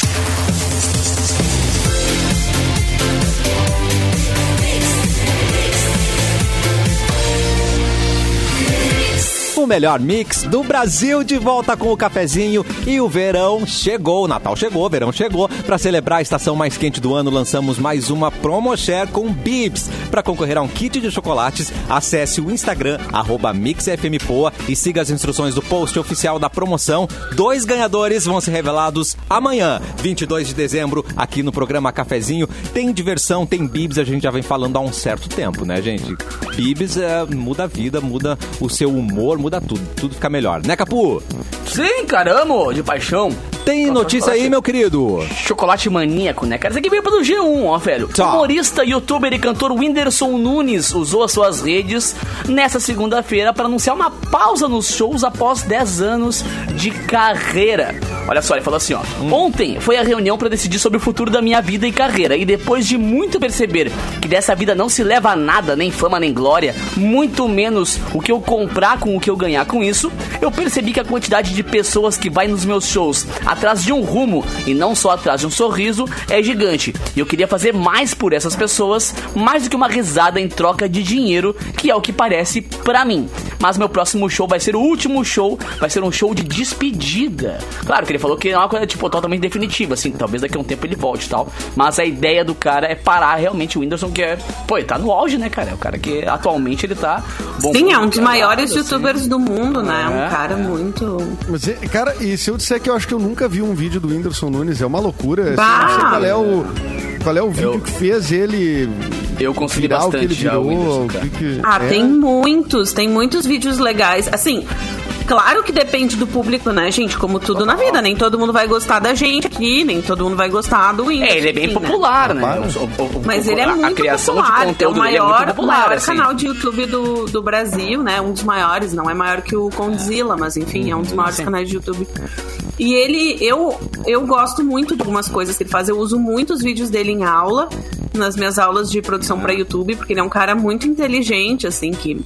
O melhor mix do Brasil de volta com o cafezinho e o verão chegou, o Natal chegou, o verão chegou. Para celebrar a estação mais quente do ano, lançamos mais uma promo share com Bips. Para concorrer a um kit de chocolates, acesse o Instagram arroba mixfmpoa e siga as instruções do post oficial da promoção. Dois ganhadores vão ser revelados amanhã, 22 de dezembro, aqui no programa Cafezinho. Tem diversão, tem Bibs, a gente já vem falando há um certo tempo, né, gente? Bibs é, muda a vida, muda o seu humor, muda tudo. Tudo fica melhor, né, Capu? Sim, caramba, de paixão. Tem Nossa, notícia chocolate. aí, meu querido? Chocolate maníaco, né, cara? Isso aqui veio pelo G1, ó, velho. Tá. Humorista, youtuber e cantor Whindersson Nunes usou as suas redes nessa segunda-feira para anunciar uma pausa nos shows após 10 anos de carreira. Olha só, ele falou assim, ó. Ontem foi a reunião para decidir sobre o futuro da minha vida e carreira. E depois de muito perceber que dessa vida não se leva a nada, nem fama, nem glória, muito menos o que eu comprar com o que eu ganhar com isso, eu percebi que a quantidade de pessoas que vai nos meus shows atrás de um rumo e não só atrás de um sorriso é gigante. E eu queria fazer mais por essas pessoas, mais do que uma risada em troca de dinheiro, que é o que parece pra mim. Mas meu próximo show vai ser o último show, vai ser um show de despedida. Claro que ele falou que é uma coisa tipo totalmente definitiva, assim, talvez daqui a um tempo ele volte e tal. Mas a ideia do cara é parar realmente o Whindersson, que é, pô, ele tá no auge, né, cara? É o cara que atualmente ele tá bom. Sim, é um dos maiores youtubers do mundo, né? É. Um cara muito. Mas, e- cara, e se eu disser que eu acho que eu nunca vi um vídeo do Whindersson Nunes, é uma loucura. assim, Bah! não sei qual é o, qual é o vídeo Eu- que fez ele Eu consumi virar o que ele bastante já o virou? Whindersson, o cara. que que- Ah, é. tem muitos, tem muitos vídeos legais. Assim, claro que depende do público, né, gente? Como tudo na vida, nem todo mundo vai gostar da gente aqui, nem todo mundo vai gostar do Windows. É, ele é bem popular, né? O- o- o- Mas ele é a- muito A criação popular, de conteúdo é o dele maior, é muito o popular, maior assim. canal de YouTube do, do Brasil, né? Um dos maiores, não é maior que o Condzilla, mas enfim, é um dos Uhum. maiores canais de YouTube. E ele, eu, eu gosto muito de algumas coisas que ele faz. Eu uso muitos vídeos dele em aula, nas minhas aulas de produção Uhum. pra YouTube, porque ele é um cara muito inteligente, assim, que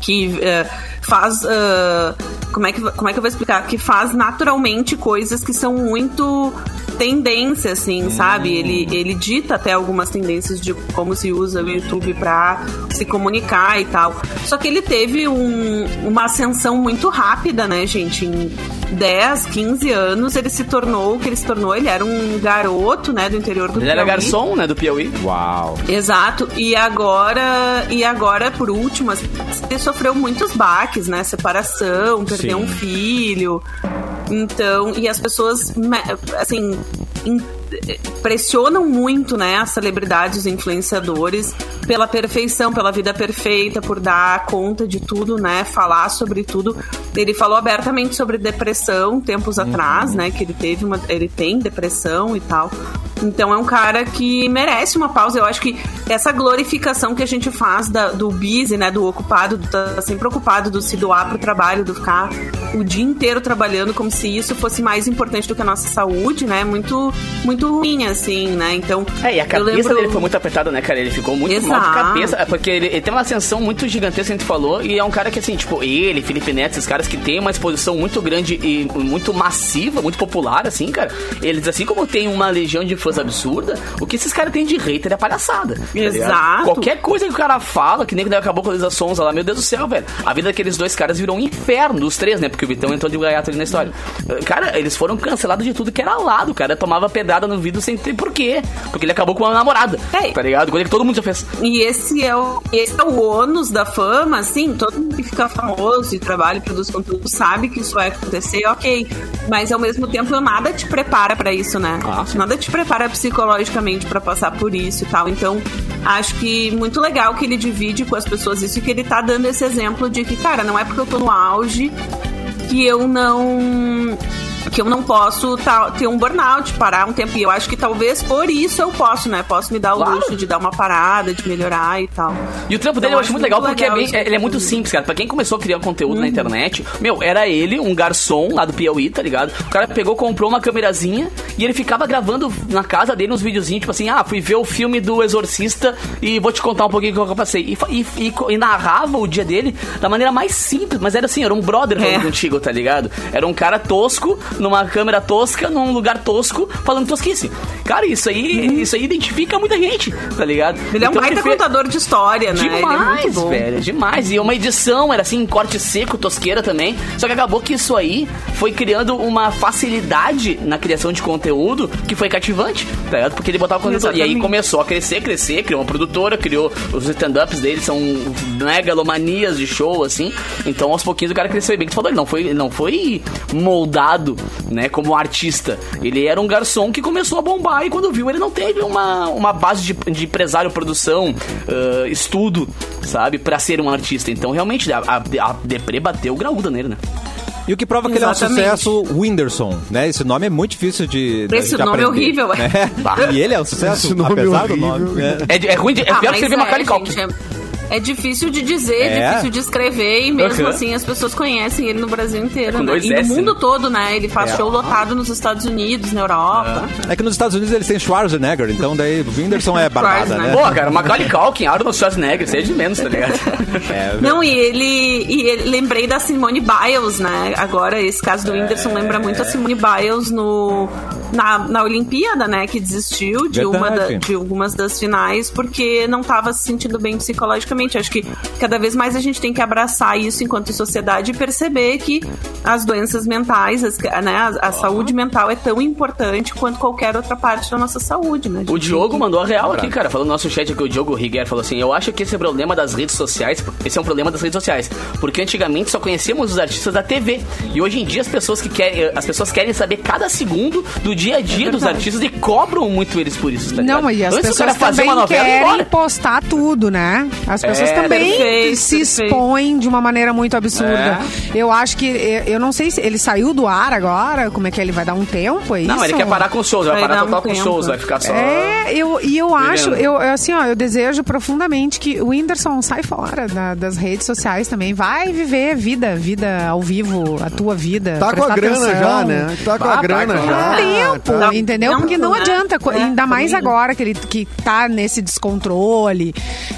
que eh, faz. eh, como, é que, como é que eu vou explicar? Que faz naturalmente coisas que são muito tendência, Hum. assim, sabe? Ele, ele dita até algumas tendências de como se usa o YouTube pra se comunicar e tal. Só que ele teve um- uma ascensão muito rápida, né, gente? Em 10, 15 anos ele se tornou o que ele se tornou. Ele era um garoto, né, do interior do Ele era Piauí. garçom, né, do Piauí. Uau. Exato. E agora, e agora por último, assim, ele sofreu muitos baques, né? Separação, perdeu Sim. um filho. Então, e as pessoas, me- assim, in- pressionam muito, né, as celebridades, os influenciadores, pela perfeição, pela vida perfeita, por dar conta de tudo, né, falar sobre tudo. Ele falou abertamente sobre depressão tempos atrás, né, que ele teve uma, ele tem depressão e tal. Então é um cara que merece uma pausa. Eu acho que essa glorificação que a gente faz da- do busy, né? Do ocupado, do tá sempre ocupado, do se doar pro trabalho, do ficar o dia inteiro trabalhando como se isso fosse mais importante do que a nossa saúde, né? é Muito, muito ruim, assim, né? Então. É, e a eu cabeça lembro- dele foi muito apertada, né, cara? Ele ficou muito mal de Exato. cabeça, é, porque ele, ele tem uma ascensão muito gigantesca, a gente falou, e é um cara que, assim, tipo, ele, Felipe Neto, esses caras que tem uma exposição muito grande e muito massiva, muito popular, assim, cara, eles, assim como tem uma legião de fãs absurda, o que esses caras têm de hater é palhaçada. tá ligado? Exato. Qualquer coisa que o cara fala, que nem que daí acabou com a Luísa Sonza lá, meu Deus do céu, velho. A vida daqueles dois caras virou um inferno, os três, né? Porque o Vitão entrou de gaiato ali na história. Cara, eles foram cancelados de tudo que era lado, cara. Tomava pedrada no vidro sem ter porquê. Porque ele acabou com uma namorada. É. Tá ligado? Coisa que todo mundo já fez. E esse é, o, esse é o ônus da fama, assim, todo mundo que fica famoso e trabalha e produz conteúdo sabe que isso vai acontecer, ok. Mas ao mesmo tempo nada te prepara pra isso, né? nada te prepara psicologicamente pra passar por isso e tal. Então, acho que muito legal que ele divide com as pessoas isso e que ele tá dando esse exemplo de que, cara, não é porque eu tô no auge que eu não que eu não posso tá- ter um burnout, parar um tempo. E eu acho que talvez por isso eu posso, né? Posso me dar o Claro. luxo de dar uma parada, de melhorar e tal. E o trampo dele Então, eu acho muito legal porque é bem- isso Uhum. que ele é tu muito disse. simples, cara. Pra quem começou a criar conteúdo na internet, meu, era ele, um garçom lá do Piauí, tá ligado? O cara pegou, comprou uma câmerazinha e ele ficava gravando na casa dele uns videozinhos, tipo assim, ah, fui ver o filme do Exorcista e vou te contar um pouquinho o que eu passei. E, fa- e, e co- e narrava o dia dele da maneira mais simples, mas era assim, era um brother falando É. contigo, tá ligado? Era um cara tosco, numa câmera tosca, num lugar tosco, falando tosquice. Cara, isso aí, isso aí identifica muita gente, tá ligado? Uhum. Ele é um Então baita fe- contador de história, né? ele é Demais, muito bom. velho, demais. E uma edição, era assim, corte seco, tosqueira também. Só que acabou que isso aí foi criando uma facilidade na criação de conteúdo que foi cativante, tá ligado? Porque ele botava o conteúdo. E aí Exatamente. começou a crescer, crescer, criou uma produtora, criou os stand-ups dele, são megalomanias de show, assim. Então, aos pouquinhos, o cara cresceu E bem que tu falou. Ele não foi, ele não foi moldado, né, como artista. Ele era um garçom que começou a bombar e quando viu, ele não teve uma, uma base de, de empresário, produção, ah, estudo, sabe, pra ser um artista. Então, realmente, a, a, a Depre bateu graúda nele, né? E o que prova que ele é um Exatamente. sucesso, Whindersson, né? Esse nome é muito difícil de. da Esse gente nome é aprender, horrível, é. né? E ele é um sucesso, Esse nome apesar do horrível. nome. né? É, de- é ruim, de, é Ah, pior mas que escrever uma Macaulay gente, é, é difícil de dizer, É? é difícil de escrever, e mesmo Aham. assim as pessoas conhecem ele no Brasil Uhum. inteiro, Com né? dois E S, no mundo né? todo, né? Ele faz show lotado nos Estados Unidos, na Europa. É que nos Estados Unidos eles têm Schwarzenegger, então daí o Whindersson é barbada, né? Schwarzenegger. Pô, cara, Macaulay Culkin, Arnold Schwarzenegger, seja de menos, tá ligado? Não, e ele, e ele- Lembrei da Simone Biles, né? Agora, esse caso do Whindersson lembra muito a Simone Biles no, na, na Olimpíada, né? Que desistiu de, uma da- Verdade. de algumas das finais porque não estava se sentindo bem psicologicamente. Acho que cada vez mais a gente tem que abraçar isso enquanto sociedade e perceber que as doenças mentais, as- né, a, a saúde mental é tão importante quanto qualquer outra parte da nossa saúde, né? O Diogo mandou a real aqui, cara. Falando no nosso chat aqui, o Diogo Riguer falou assim: Eu acho que esse é o problema das redes sociais. Esse é um problema das redes sociais. Porque antigamente só conhecíamos os artistas da TV. E hoje em dia as pessoas que querem. eh, As pessoas querem saber cada segundo do dia a dia dos artistas e cobram muito eles por isso, tá ligado? É Não, mas e as Então, se o cara pessoas fazer também uma novela, vai querem embora. postar tudo, né? As pessoas também É, perfeito, se perfeito. É. expõem de uma maneira muito absurda. Eu acho que... eh, Eu não sei se ele saiu do ar agora, como é que ele vai dar um tempo, é Não, isso? ele quer parar com os shows, vai, Vai parar dar um total com os tempo. shows, vai ficar só. É, eu, e eu acho, Entendendo? eu, eu, assim, ó, eu desejo profundamente que o Whindersson sai fora da- das redes sociais também. Vai viver vida, vida ao vivo, a tua vida. Tá com a prestar grana atenção. já, né? Tá com Ah, a tá grana com a já. grana. tempo, tá. entendeu? Não, Porque não né? adianta, co- É, ainda mais também. agora que ele que tá nesse descontrole,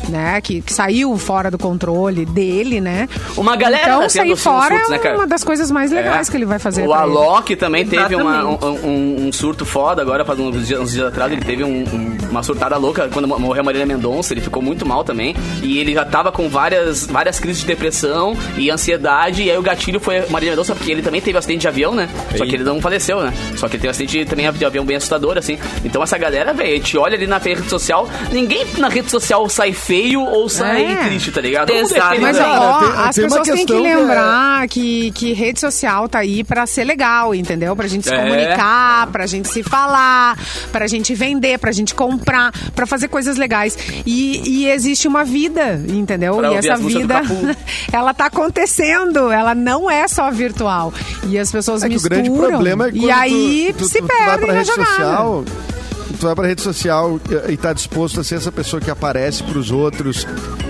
né? Que, que saiu fora do controle dele, né? Uma galera então, tá tendo, sair assim, fora surtos, né, é cara? uma das coisas mais legais É. que ele vai fazer. O pra ele. Alok também teve uma- Exatamente. um, um- um surto foda agora, faz uns dias, uns dias atrás. Ele teve um- um- uma surtada louca quando mo- morreu a Marília Mendonça. Ele ficou muito mal também. E ele já tava com várias, várias crises de depressão e ansiedade. E aí o gatilho foi a Marília Mendonça, porque ele também teve um acidente de avião, né? Só que ele não faleceu, né? Só que ele teve um acidente também de avião bem assustador, assim. Então essa galera, velho, a gente olha ali na rede social. Ninguém na rede social sai feio ou sai É. triste, tá ligado? Todo mundo é Exato. feliz, Mas né? Cara, ó, tem- tem as uma pessoas têm que questão que é- lembrar que, que rede social tá aí pra ser legal, entendeu? Pra gente se É. comunicar, pra gente se falar, pra gente vender, pra gente comprar, pra fazer coisas legais. E, e existe uma vida, entendeu? Pra e ouvir essa as músicas do vida, Capu. ela tá acontecendo, ela não é só virtual. E as pessoas É que o misturam. grande problema é que e quando aí tu, tu, se tu vai perdem pra na rede jornada. social, tu vai pra rede social e e tá disposto a ser essa pessoa que aparece pros outros,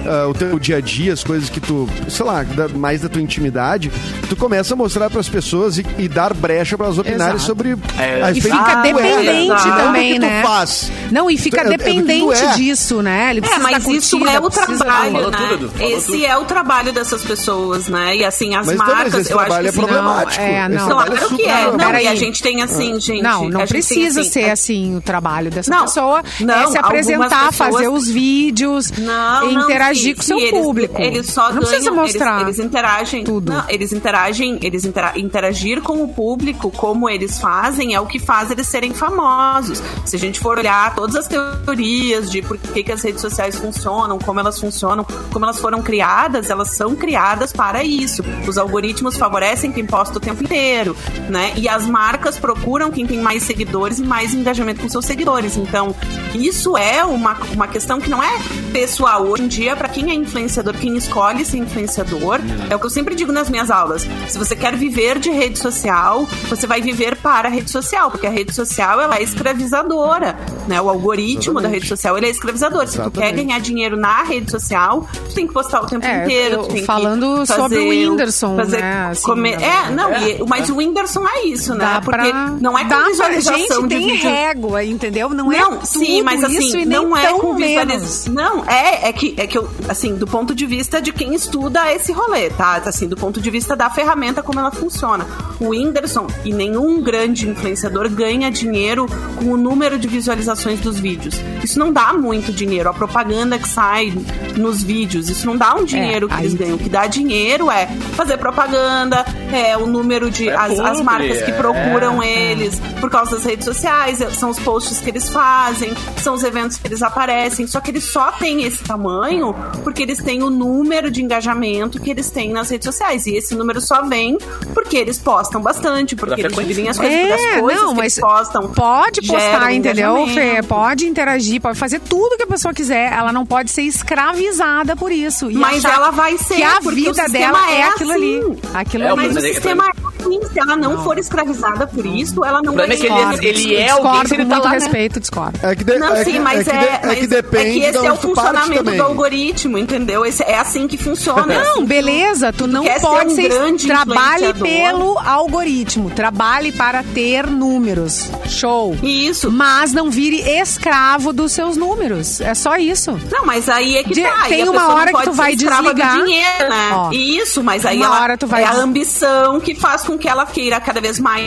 ah, o teu dia a dia, as coisas que tu, sei lá, da- mais da tua intimidade, tu começa a mostrar pras pessoas e, e dar brecha pra elas opinarem Exato. sobre É. a E respeito fica de tu é, dependente não do também, que né? Tu faz. Não, e fica É- é do que tu dependente é. disso, né? Ele É, precisa mas da isso curtida, é o precisa- trabalho, Falou né? tudo, Edu, falou Esse tudo. é o trabalho dessas pessoas, né? E assim, as Mas, então, mas marcas, esse eu acho trabalho que é assim, problemático. Não, é, Esse não. trabalho é Claro que super Ah. é. Não, Peraí. e a gente tem assim, gente. Não, não a gente tem, precisa assim, ser a- assim o trabalho dessa Não, pessoa. é não, se apresentar, algumas pessoas- fazer os vídeos, Não, não, interagir se- com o se seu eles- público. Eles só não precisa ganham, eles- mostrar. Eles, interagem. tudo. Não, eles interagem, eles intera- interagir com o público, como eles fazem, é o que faz eles serem famosos. Se a gente for olhar todas as teorias de por que, que as redes sociais funcionam, como elas funcionam, como elas foram criadas, elas são criadas para isso. Os algoritmos favorecem quem posta o tempo inteiro, né? E as marcas procuram quem tem mais seguidores e mais engajamento com seus seguidores. Então, isso é uma, uma questão que não é pessoal. Hoje em dia, para quem é influenciador, quem escolhe ser influenciador, é o que eu sempre digo nas minhas aulas. Se você quer viver de rede social, você vai viver para a rede social, porque a rede social ela é escravizadora, né? O algoritmo da rede social ele é escravizador. Se tu quer Exatamente. ganhar dinheiro na rede social, tu tem que postar o tempo É, inteiro. eu- tu tem que falando fazer sobre o Whindersson, fazer né, assim, na come- É, verdade. não, e- mas o Whindersson é isso, né? Dá porque pra... não é com dá pra... visualização Gente, de tem vídeo. régua, entendeu? Não, é Não, tudo sim, mas assim, isso e nem não é tão com menos. visualização. Não, é, é que é que eu, assim, do ponto de vista de quem estuda esse rolê, tá? Assim, do ponto de vista da ferramenta como ela funciona. O Whindersson e nenhum grande influenciador ganha dinheiro com o número de visualizações dos vídeos. Isso não dá muito dinheiro, a propaganda que sai nos vídeos, isso não dá um dinheiro que É, aí- eles ganham. O que dá dinheiro é fazer propaganda, é o número de É as, as publi, marcas que é. procuram são eles, por causa das redes sociais, é, são os posts que eles fazem, são os eventos que eles aparecem. Só que eles só têm esse tamanho porque eles têm o número de engajamento que eles têm nas redes sociais. E esse número só vem porque eles postam bastante, porque eles frequência. dividem as coisas, porque as coisas que eles postam. É, Pode geram um postar, entendeu, engajamento. Fê? Pode interagir, pode fazer tudo que a pessoa quiser. Ela não pode ser escravizada por isso. E Mas achar ela vai ser, Que a porque o vida sistema dela é, é aquilo ali. assim. Aquilo É, o ali. Mas o Mas é que- sistema é assim, se ela não, for escravizada por isso, ela não O problema vai é que ser. ele- ele é discordo, alguém se ele com tá muito lá, né? respeito, discordo. É que, de- Não, é que- sim, mas é, é, que de- é mas que depende é que esse de é o onde tu parte funcionamento também. do algoritmo, entendeu? Esse, é assim que funciona. é assim Não, que- beleza, tu não quer ser pode um ser. grande trabalhe influenciador. pelo algoritmo, trabalhe para ter números. Show. Isso. Mas não vire escravo dos seus números. É só isso. Não, mas aí é que De- tá. aí tem a uma pessoa não hora que pode tu ser vai escrava do desligar. dinheiro, né? Ó, Isso, mas aí uma ela, hora tu vai é a des- ambição que faz com que ela queira cada vez mais.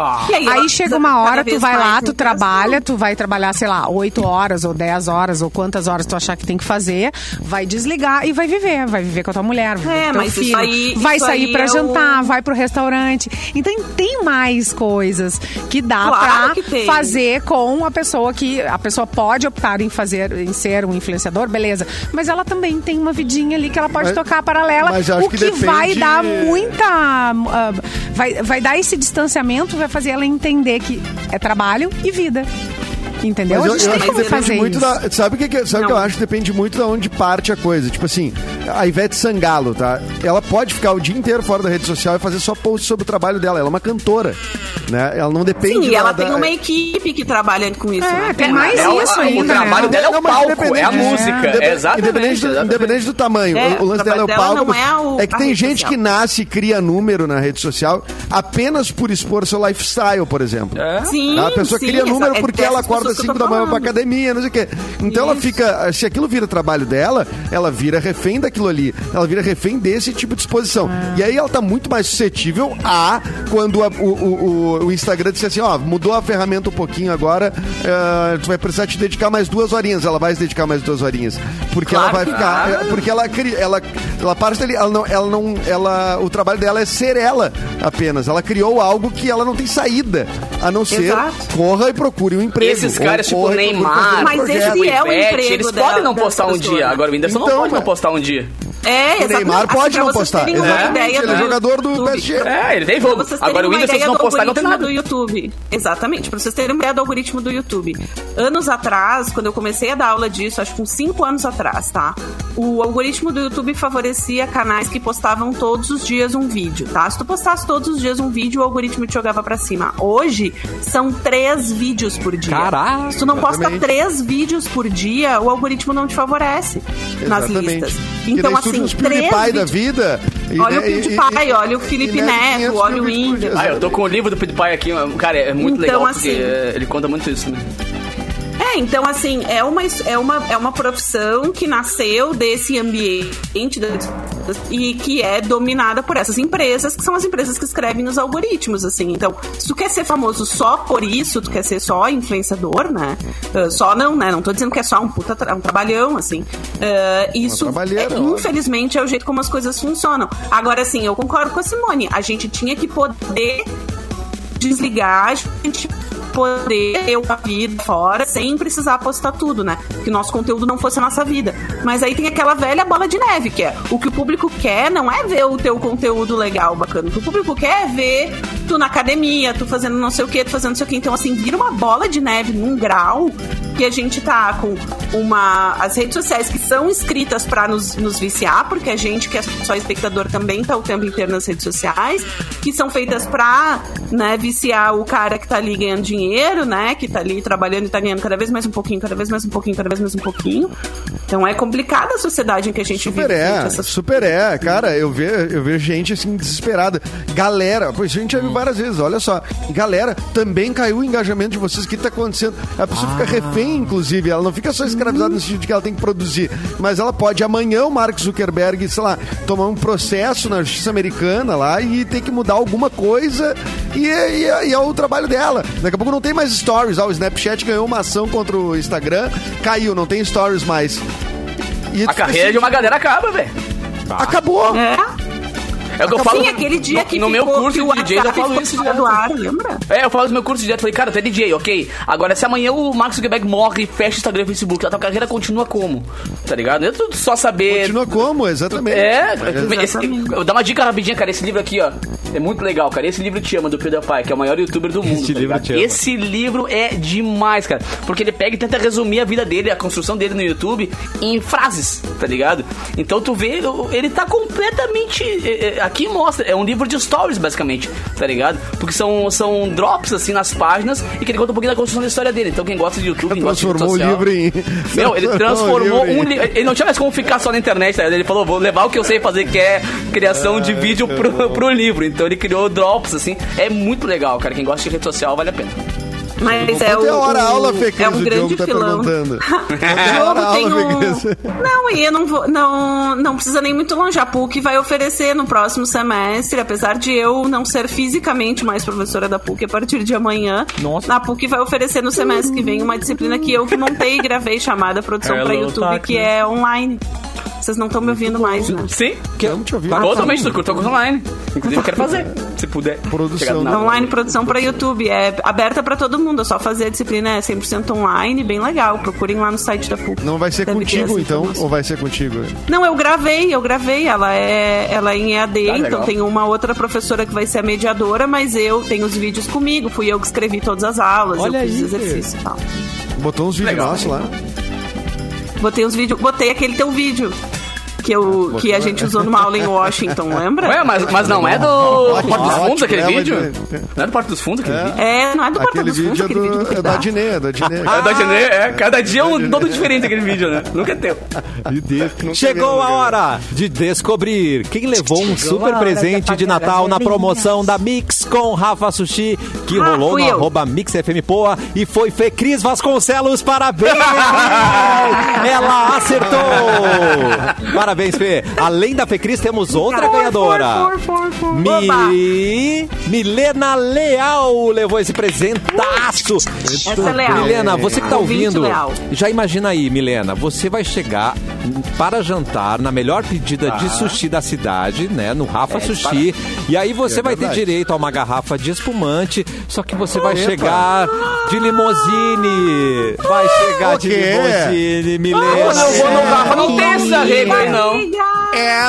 Ah. E ela Aí chega uma cada hora, tu vez vai lá, mais tu trabalha, tu vai trabalhar, sei lá, 8 horas ou 10 horas ou quantas horas tu achar que tem que fazer, vai desligar e vai viver. Vai viver com a tua mulher, vai É, viver com teu mas isso filho, aí- vai isso sair aí pra é jantar, o- vai pro restaurante. Então tem mais coisas que dá Claro pra que tem. fazer com a pessoa que a pessoa pode optar em fazer, em ser um influenciador, beleza. Mas ela também tem uma vidinha ali que ela pode Mas- tocar paralela, mas acho o que, que vai depende- dar muita ah, vai, vai dar esse distanciamento, vai fazer ela entender que é trabalho e vida. Entendeu? Mas a gente eu- tem eu acho que como depende fazer muito isso. da- sabe o que, que- sabe o que eu acho? Depende muito de onde parte a coisa. Tipo assim, a Ivete Sangalo, tá? Ela pode ficar o dia inteiro fora da rede social e fazer só posts sobre o trabalho dela. Ela é uma cantora, né? Ela não depende... É, Sim, e da- ela da- tem uma equipe que trabalha com isso. É, né? tem mais É o- isso o, ainda, trabalho né? dela é Não, o mas palco, é a independente- música. independente- É exatamente. Independente do, exatamente. independente do tamanho. É, o, o lance o trabalho dela é o dela palco. não é o- é que a tem rede gente social. que nasce e cria número na rede social apenas por expor seu lifestyle, por exemplo. É. Sim, a pessoa sim, cria exa- número é porque ela dessas pessoas acorda às que eu 5 tô da manhã pra falando. academia, não sei o quê. Então ela Isso. fica. Se aquilo vira trabalho dela, ela vira refém daquilo ali. Ela vira refém desse tipo de exposição. Ah. E aí ela tá muito mais suscetível a quando a- o, o- o- o Instagram disse assim: ó, mudou a ferramenta um pouquinho agora, eh, tu vai precisar te dedicar mais duas horinhas. Ela vai se dedicar mais duas horinhas. Porque ela Claro vai que ficar. vai. eh, Porque ela cria. Ela, ela parte dali. Ela não, ela não. Ela. O trabalho dela é ser ela apenas. Ela criou algo que ela não tem saída. A não ser Exato. corra e procure um emprego. Esses Ou caras, tipo o corra e procure fazer Neymar, um Mas projeto. esse é o Ivete, emprego eles dela- podem não das postar um pessoas, dia. né? Agora o Whindersson Então, não pode não é. postar um dia. É, O exatamente. Neymar Assim, pode pra não vocês postar. terem uma Exatamente, ideia ele é do jogador do YouTube. né? PSG. É, ele tem Pra voo. vocês terem Agora o uma Whindersson se ideia não do postar, não tem algoritmo nada. do YouTube. Exatamente, pra vocês terem uma ideia do algoritmo do YouTube. Anos atrás, quando eu comecei a dar aula disso, acho que uns 5 anos atrás, tá? o algoritmo do YouTube favorecia canais que postavam todos os dias um vídeo, tá? Se tu postasse todos os dias um vídeo, o algoritmo te jogava pra cima. Hoje, são três vídeos por dia. Caraca! Se tu não posta Exatamente. três vídeos por dia, o algoritmo não te favorece nas listas. e daí um Então, surgem assim, os três PewDiePie da vídeos- vida. e- Olha o e- e- PewDiePie, e- olha o Felipe e- Neto, 500 olha mil o vídeos por dia. Whindersson. Ah, eu tô com o livro do PewDiePie aqui, cara, é muito Então, legal, porque assim- eh, ele conta muito isso. É, então assim, é uma, es- é uma, é uma profissão que nasceu desse ambiente das- e que é dominada por essas empresas, que são as empresas que escrevem nos algoritmos, assim. Então, se tu quer ser famoso só por isso, tu quer ser só influenciador, né? Ah, só não, né? Não tô dizendo que é só um puta tra- um trabalhão, assim. Ah, isso, trabalheira, é, olha. infelizmente, é o jeito como as coisas funcionam. Agora, assim, eu concordo com a Simone. A gente tinha que poder desligar, a gente poder ter uma vida fora sem precisar postar tudo, né? Que o nosso conteúdo não fosse a nossa vida. Mas aí tem aquela velha bola de neve, que é o que o público quer não é ver o teu conteúdo legal, bacana. O que o público quer é ver tu na academia, tu fazendo não sei o que, tu fazendo não sei o que. Então, assim, vira uma bola de neve num grau que a gente tá com uma as redes sociais que são escritas pra nos, nos viciar, porque a gente que é só espectador também tá o tempo inteiro nas redes sociais, que são feitas pra né, viciar o cara que tá ali ganhando dinheiro, né, que tá ali trabalhando e tá ganhando cada vez mais um pouquinho, cada vez mais um pouquinho, cada vez mais um pouquinho. Então é complicada a sociedade em que a gente Super vive. gente, é, essas- super é. Cara, eu vejo, eu vejo gente assim desesperada. Galera, pois a gente já viu várias vezes, olha só. Galera, também caiu o engajamento de vocês. O que tá acontecendo? A pessoa fica Ah. refém, inclusive. Ela não fica só escravizada no sentido de que ela tem que produzir, mas ela pode amanhã o Mark Zuckerberg, sei lá, tomar um processo na justiça americana lá e ter que mudar alguma coisa. E, é- e é- e é o trabalho dela. Daqui a pouco não tem mais stories. Ah, o Snapchat ganhou uma ação contra o Instagram, caiu, não tem stories mais. E A carreira de uma galera acaba, velho. Acabou! É. É o que eu falo. Sim, aquele dia no, que no meu ficou- curso que o de DJ, eu WhatsApp falo ficou isso fora direto. do ar, lembra? É, eu falo do meu curso direto, falei, cara, tu é DJ, ok. Agora, se amanhã o Marcos Zuckerberg morre e fecha o Instagram e o Facebook, a tua carreira continua como? Tá ligado? Não é tu só saber. Continua como, exatamente. É, esse, Exatamente. eu vou dar uma dica rapidinha, cara. Esse livro aqui, ó, é muito legal, cara. Esse livro te ama, do PewDiePie, que é o maior youtuber do mundo. Esse tá livro ligado? te ama. Esse livro é demais, cara. Porque ele pega e tenta resumir a vida dele, a construção dele no YouTube, em frases, tá ligado? Então tu vê, ele tá completamente. é, é, Aqui mostra, é um livro de stories, basicamente, tá ligado? Porque são, são drops, assim, nas páginas, e que ele conta um pouquinho da construção da história dele. Então quem gosta de YouTube, quem gosta de rede Transformou o social- livro em. meu, ele transformou o livro um em- livro. Ele não tinha mais como ficar só na internet, tá? Ele falou, vou levar o que eu sei fazer, que é criação de vídeo é pro, pro livro. Então ele criou drops, assim. É muito legal, cara. Quem gosta de rede social, vale a pena. Mas é Quanto o, é hora o- aula, Fê, Cris? é um o grande Diogo tá filão. perguntando. Quanto é Diogo hora tem aula, Fê, Cris? um... Não, e eu não vou. Não, não precisa nem muito longe. A PUC vai oferecer no próximo semestre, apesar de eu não ser fisicamente mais professora da PUC a partir de amanhã. Nossa. A PUC vai oferecer no semestre que vem uma disciplina que eu que montei e gravei chamada Produção para Hello, YouTube, Tacna. que é online. Vocês não estão me ouvindo mais, né? Sim, Que- Vamos te ouvir. Tá, totalmente. Eu tô com online. Inclusive, eu quero fazer. Se puder. Produção. Chegado na- Online, produção para YouTube. É aberta para todo mundo. É só fazer a disciplina. É 100% online. Bem legal. Procurem lá no site da PUC. Não vai ser Deve ter contigo, essa então? informação. Ou vai ser contigo? Não, eu gravei, eu gravei. Ela é, ela é em EAD, Ah, legal. então tem uma outra professora que vai ser a mediadora, mas eu tenho os vídeos comigo. Fui eu que escrevi todas as aulas, Olha eu fiz aí. os exercícios e tal. Botou uns vídeos Legal. nossos lá. Botei os vídeos, botei aquele teu vídeo. Que, eu, que a né? gente usou numa aula em Washington, lembra? Ué, mas, mas não é do, do Porto dos Ótimo, Fundos aquele né, vídeo? mas- Não é do Porto dos Fundos aquele vídeo? É, não é do Porta Aquele dos Fundos, vídeo é aquele vídeo do, que é da Diné, é da Diné. É, do Adnet, é, cada dia é um todo diferente aquele vídeo, né? Nunca é teu. Chegou a hora de descobrir quem levou um super presente de Natal na promoção da Mix com Rafa Sushi, que Ah, rolou fui no eu. arroba Mix FM Poa e foi Fê Cris Vasconcelos, parabéns! Ela acertou! Parabéns, Fê! Além da Fê Cris, temos outra ganhadora. Mi... Milena Leal levou esse presentaço. Essa é leal. Milena, você que tá Ouvinte ouvindo, leal. já imagina aí, Milena, você vai chegar para jantar na melhor pedida de sushi da cidade, né? No Rafa Sushi. E aí você vai ter direito a uma garrafa de espumante, só que você vai chegar de limousine. Vai chegar de O quê? limousine, Quando eu vou Milena. no Rafa, não tem essa regra aí, não. É,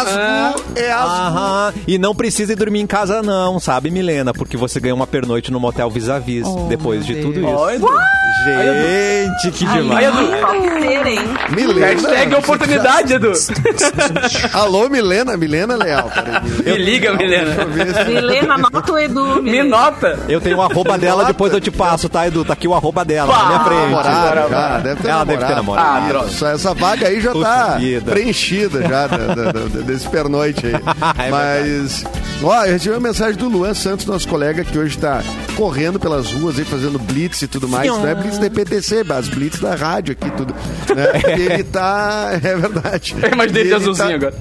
Aham. E não precisa dormir em casa, não, sabe, Milena? Porque você ganhou uma pernoite no motel vis-a-vis Oh, depois de meu tudo Deus. isso. Olha, Gente, que demais. Helicóptero, hein? Milena. Hashtag oportunidade, Edu. Alô, Milena. Milena Leal. Peraí, Me liga, Milena. Milena, anota o Edu. Me Milena. nota. Eu tenho o arroba dela, depois eu te passo, tá, Edu? Tá aqui o arroba dela, na minha frente. namorado, já, deve ter Ela namorado. deve ter namorado. Ah, droga. Isso, essa vaga aí já Puxa tá vida. preenchida já da- da- da- desse pernoite aí. É Mas, ó, eu recebi uma mensagem do Luan Santos, nosso colega, que hoje tá correndo pelas ruas aí, fazendo blitz e tudo mais. Não é blitz da EPTC, mas blitz da rádio aqui, tudo. né? E Ele tá... É verdade. Eu imaginei E de ele azulzinho tá- agora.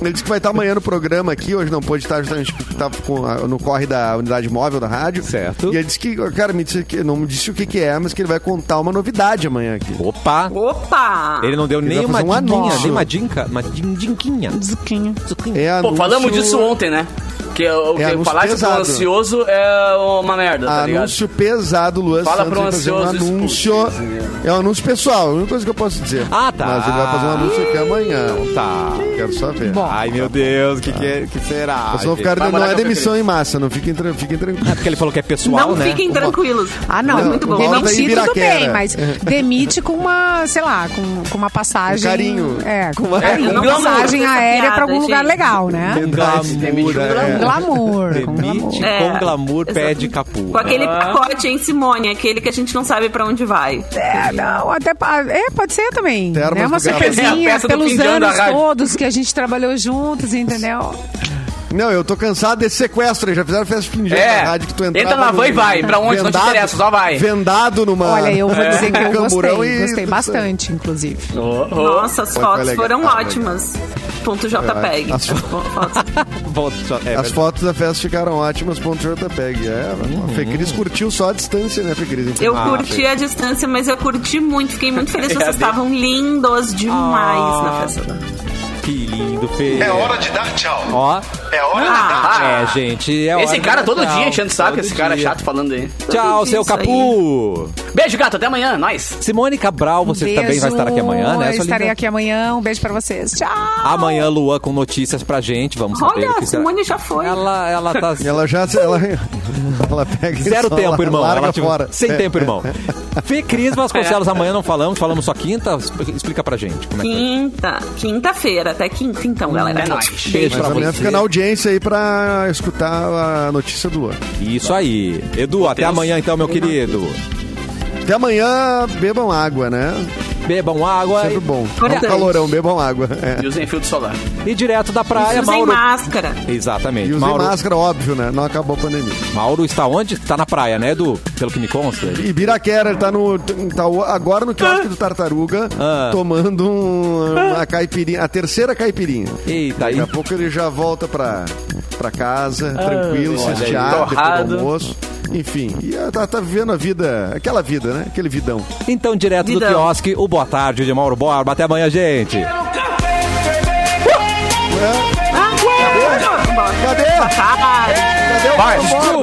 ele disse que vai estar amanhã no programa aqui, hoje não pôde estar justamente porque tá com a- no corre da unidade móvel da rádio. Certo. E ele disse que, cara, me disse que, não me disse o que, que é, mas que ele vai contar uma novidade amanhã aqui. Opa! Opa! Ele é não deu Ele nem vai uma fazer um dinquinha, anúncio. nem uma dinca, uma din- dinquinha. Zuquinha. Zuquinha. É Pô, anúncio- falamos disso ontem, né? Que eu- É que eu anúncio falar isso pro pesado. ansioso é uma merda, tá ligado? Anúncio pesado, Luan Fala Santos pro vai fazer um ansioso isso, anúncio. É um anúncio pessoal, a única coisa que eu posso dizer. Ah, tá. Mas ele vai fazer um anúncio aqui amanhã. Tá. Quero só ver. Ai, meu Deus, o Tá. que, que, é- que será? Mas não, ficar, vai não morar é com a demissão em massa, não fiquem, tran- fiquem tranquilos. É porque ele falou que é pessoal, Não né? fiquem tranquilos. Ah, não. Não, é muito bom. volta aí, Demitir tudo Ibiraquera. bem, mas demite com uma, sei lá, com, com uma passagem. Um carinho. É, com É, uma, carinho, eu um uma não vou passagem fazer essa aérea pra piada, algum lugar gente. legal, Ah. né? Verdade, Com Glamour, é. glamour. Com glamour. Demite É. com glamour, pé de capu. Com aquele Ah. pacote, hein, Simone? Aquele que a gente não sabe pra onde vai. É, não, até, pa- é, pode ser também. Termas né? Uma do Galo. É a surpresinha peça do fim pelos de ano da anos rádio. todos que a gente trabalhou juntos, entendeu? Não, eu tô cansado desse sequestro, já fizeram festa de fim de ano É. na rádio que tu Entra entrava... na van e no- vai, pra onde? Não te interessa, só vai. Vendado numa... Olha, eu vou É. dizer que eu gostei. Camburão e- Gostei bastante, inclusive. Nossa, as Foi- foi fotos legal, foram foi legal. ótimas. Ponto JPEG. As fo- Fotos- Volta, só- é, As verdade. fotos da festa ficaram ótimas, ponto JPEG. É, Uhum. a Fecris curtiu só a distância, né, Fecris? Eu curti a distância, mas eu curti muito. Fiquei muito É, feliz. Vocês estavam lindos demais Ah. na festa. que lindo, Fê. É hora de dar tchau. Ó, É hora de Ah, dar tchau. é, gente. é hora Ah. Esse de cara dar todo tchau. dia enchendo saco, Todo esse cara é dia. chato falando aí. Tchau, Todo dia seu isso aí. capu. Beijo, gato, até amanhã, nós. Simone Cabral, você Beijo. também vai estar aqui amanhã, né? Eu sua estarei linda? aqui amanhã. Um beijo pra vocês. Tchau. Amanhã, Luan, com notícias pra gente. Vamos saber Olha, o a que será. Simone já foi. Ela, ela tá... Ela já... Ela, ela pega e Zero só tempo, la- irmão. Larga Ela te- fora. Sem É. tempo, irmão. Fê Cris Vasconcelos, amanhã não falamos, falamos só quinta. Explica pra gente como é que Quinta. Quinta-feira. Até quinta, então, galera. É nóis. é. Beijo Mas pra amanhã você. fica na audiência aí pra escutar a notícia do Luan. Isso aí. Edu, até amanhã então, meu querido. Até amanhã, bebam água, né? Bebam água Sempre bom. É um Importante. calorão, bebam água. É. E usem filtro solar. e, e direto da Usem praia, Mauro. máscara. Exatamente. E usem Mauro, máscara, óbvio, né? Não acabou a pandemia. Mauro está onde? Tá na praia, né, Edu? Pelo que me consta. Ibiraquera, ele tá, no, tá o- agora no quiosque do Tartaruga, Ah. tomando um- uma caipirinha, a terceira caipirinha. Eita, Daqui aí. a pouco ele já volta pra, pra casa, tranquilo, se olha aí. estiar, depois Torrado. do almoço. Enfim, e ah, tá, tá vivendo a vida, aquela vida, né? Aquele vidão. Então, direto do Vidão. quiosque, o Boa Tarde de Mauro Borba. Até amanhã, gente. É, Ah, cadê? Boa tarde. Cadê o Vai, Bob?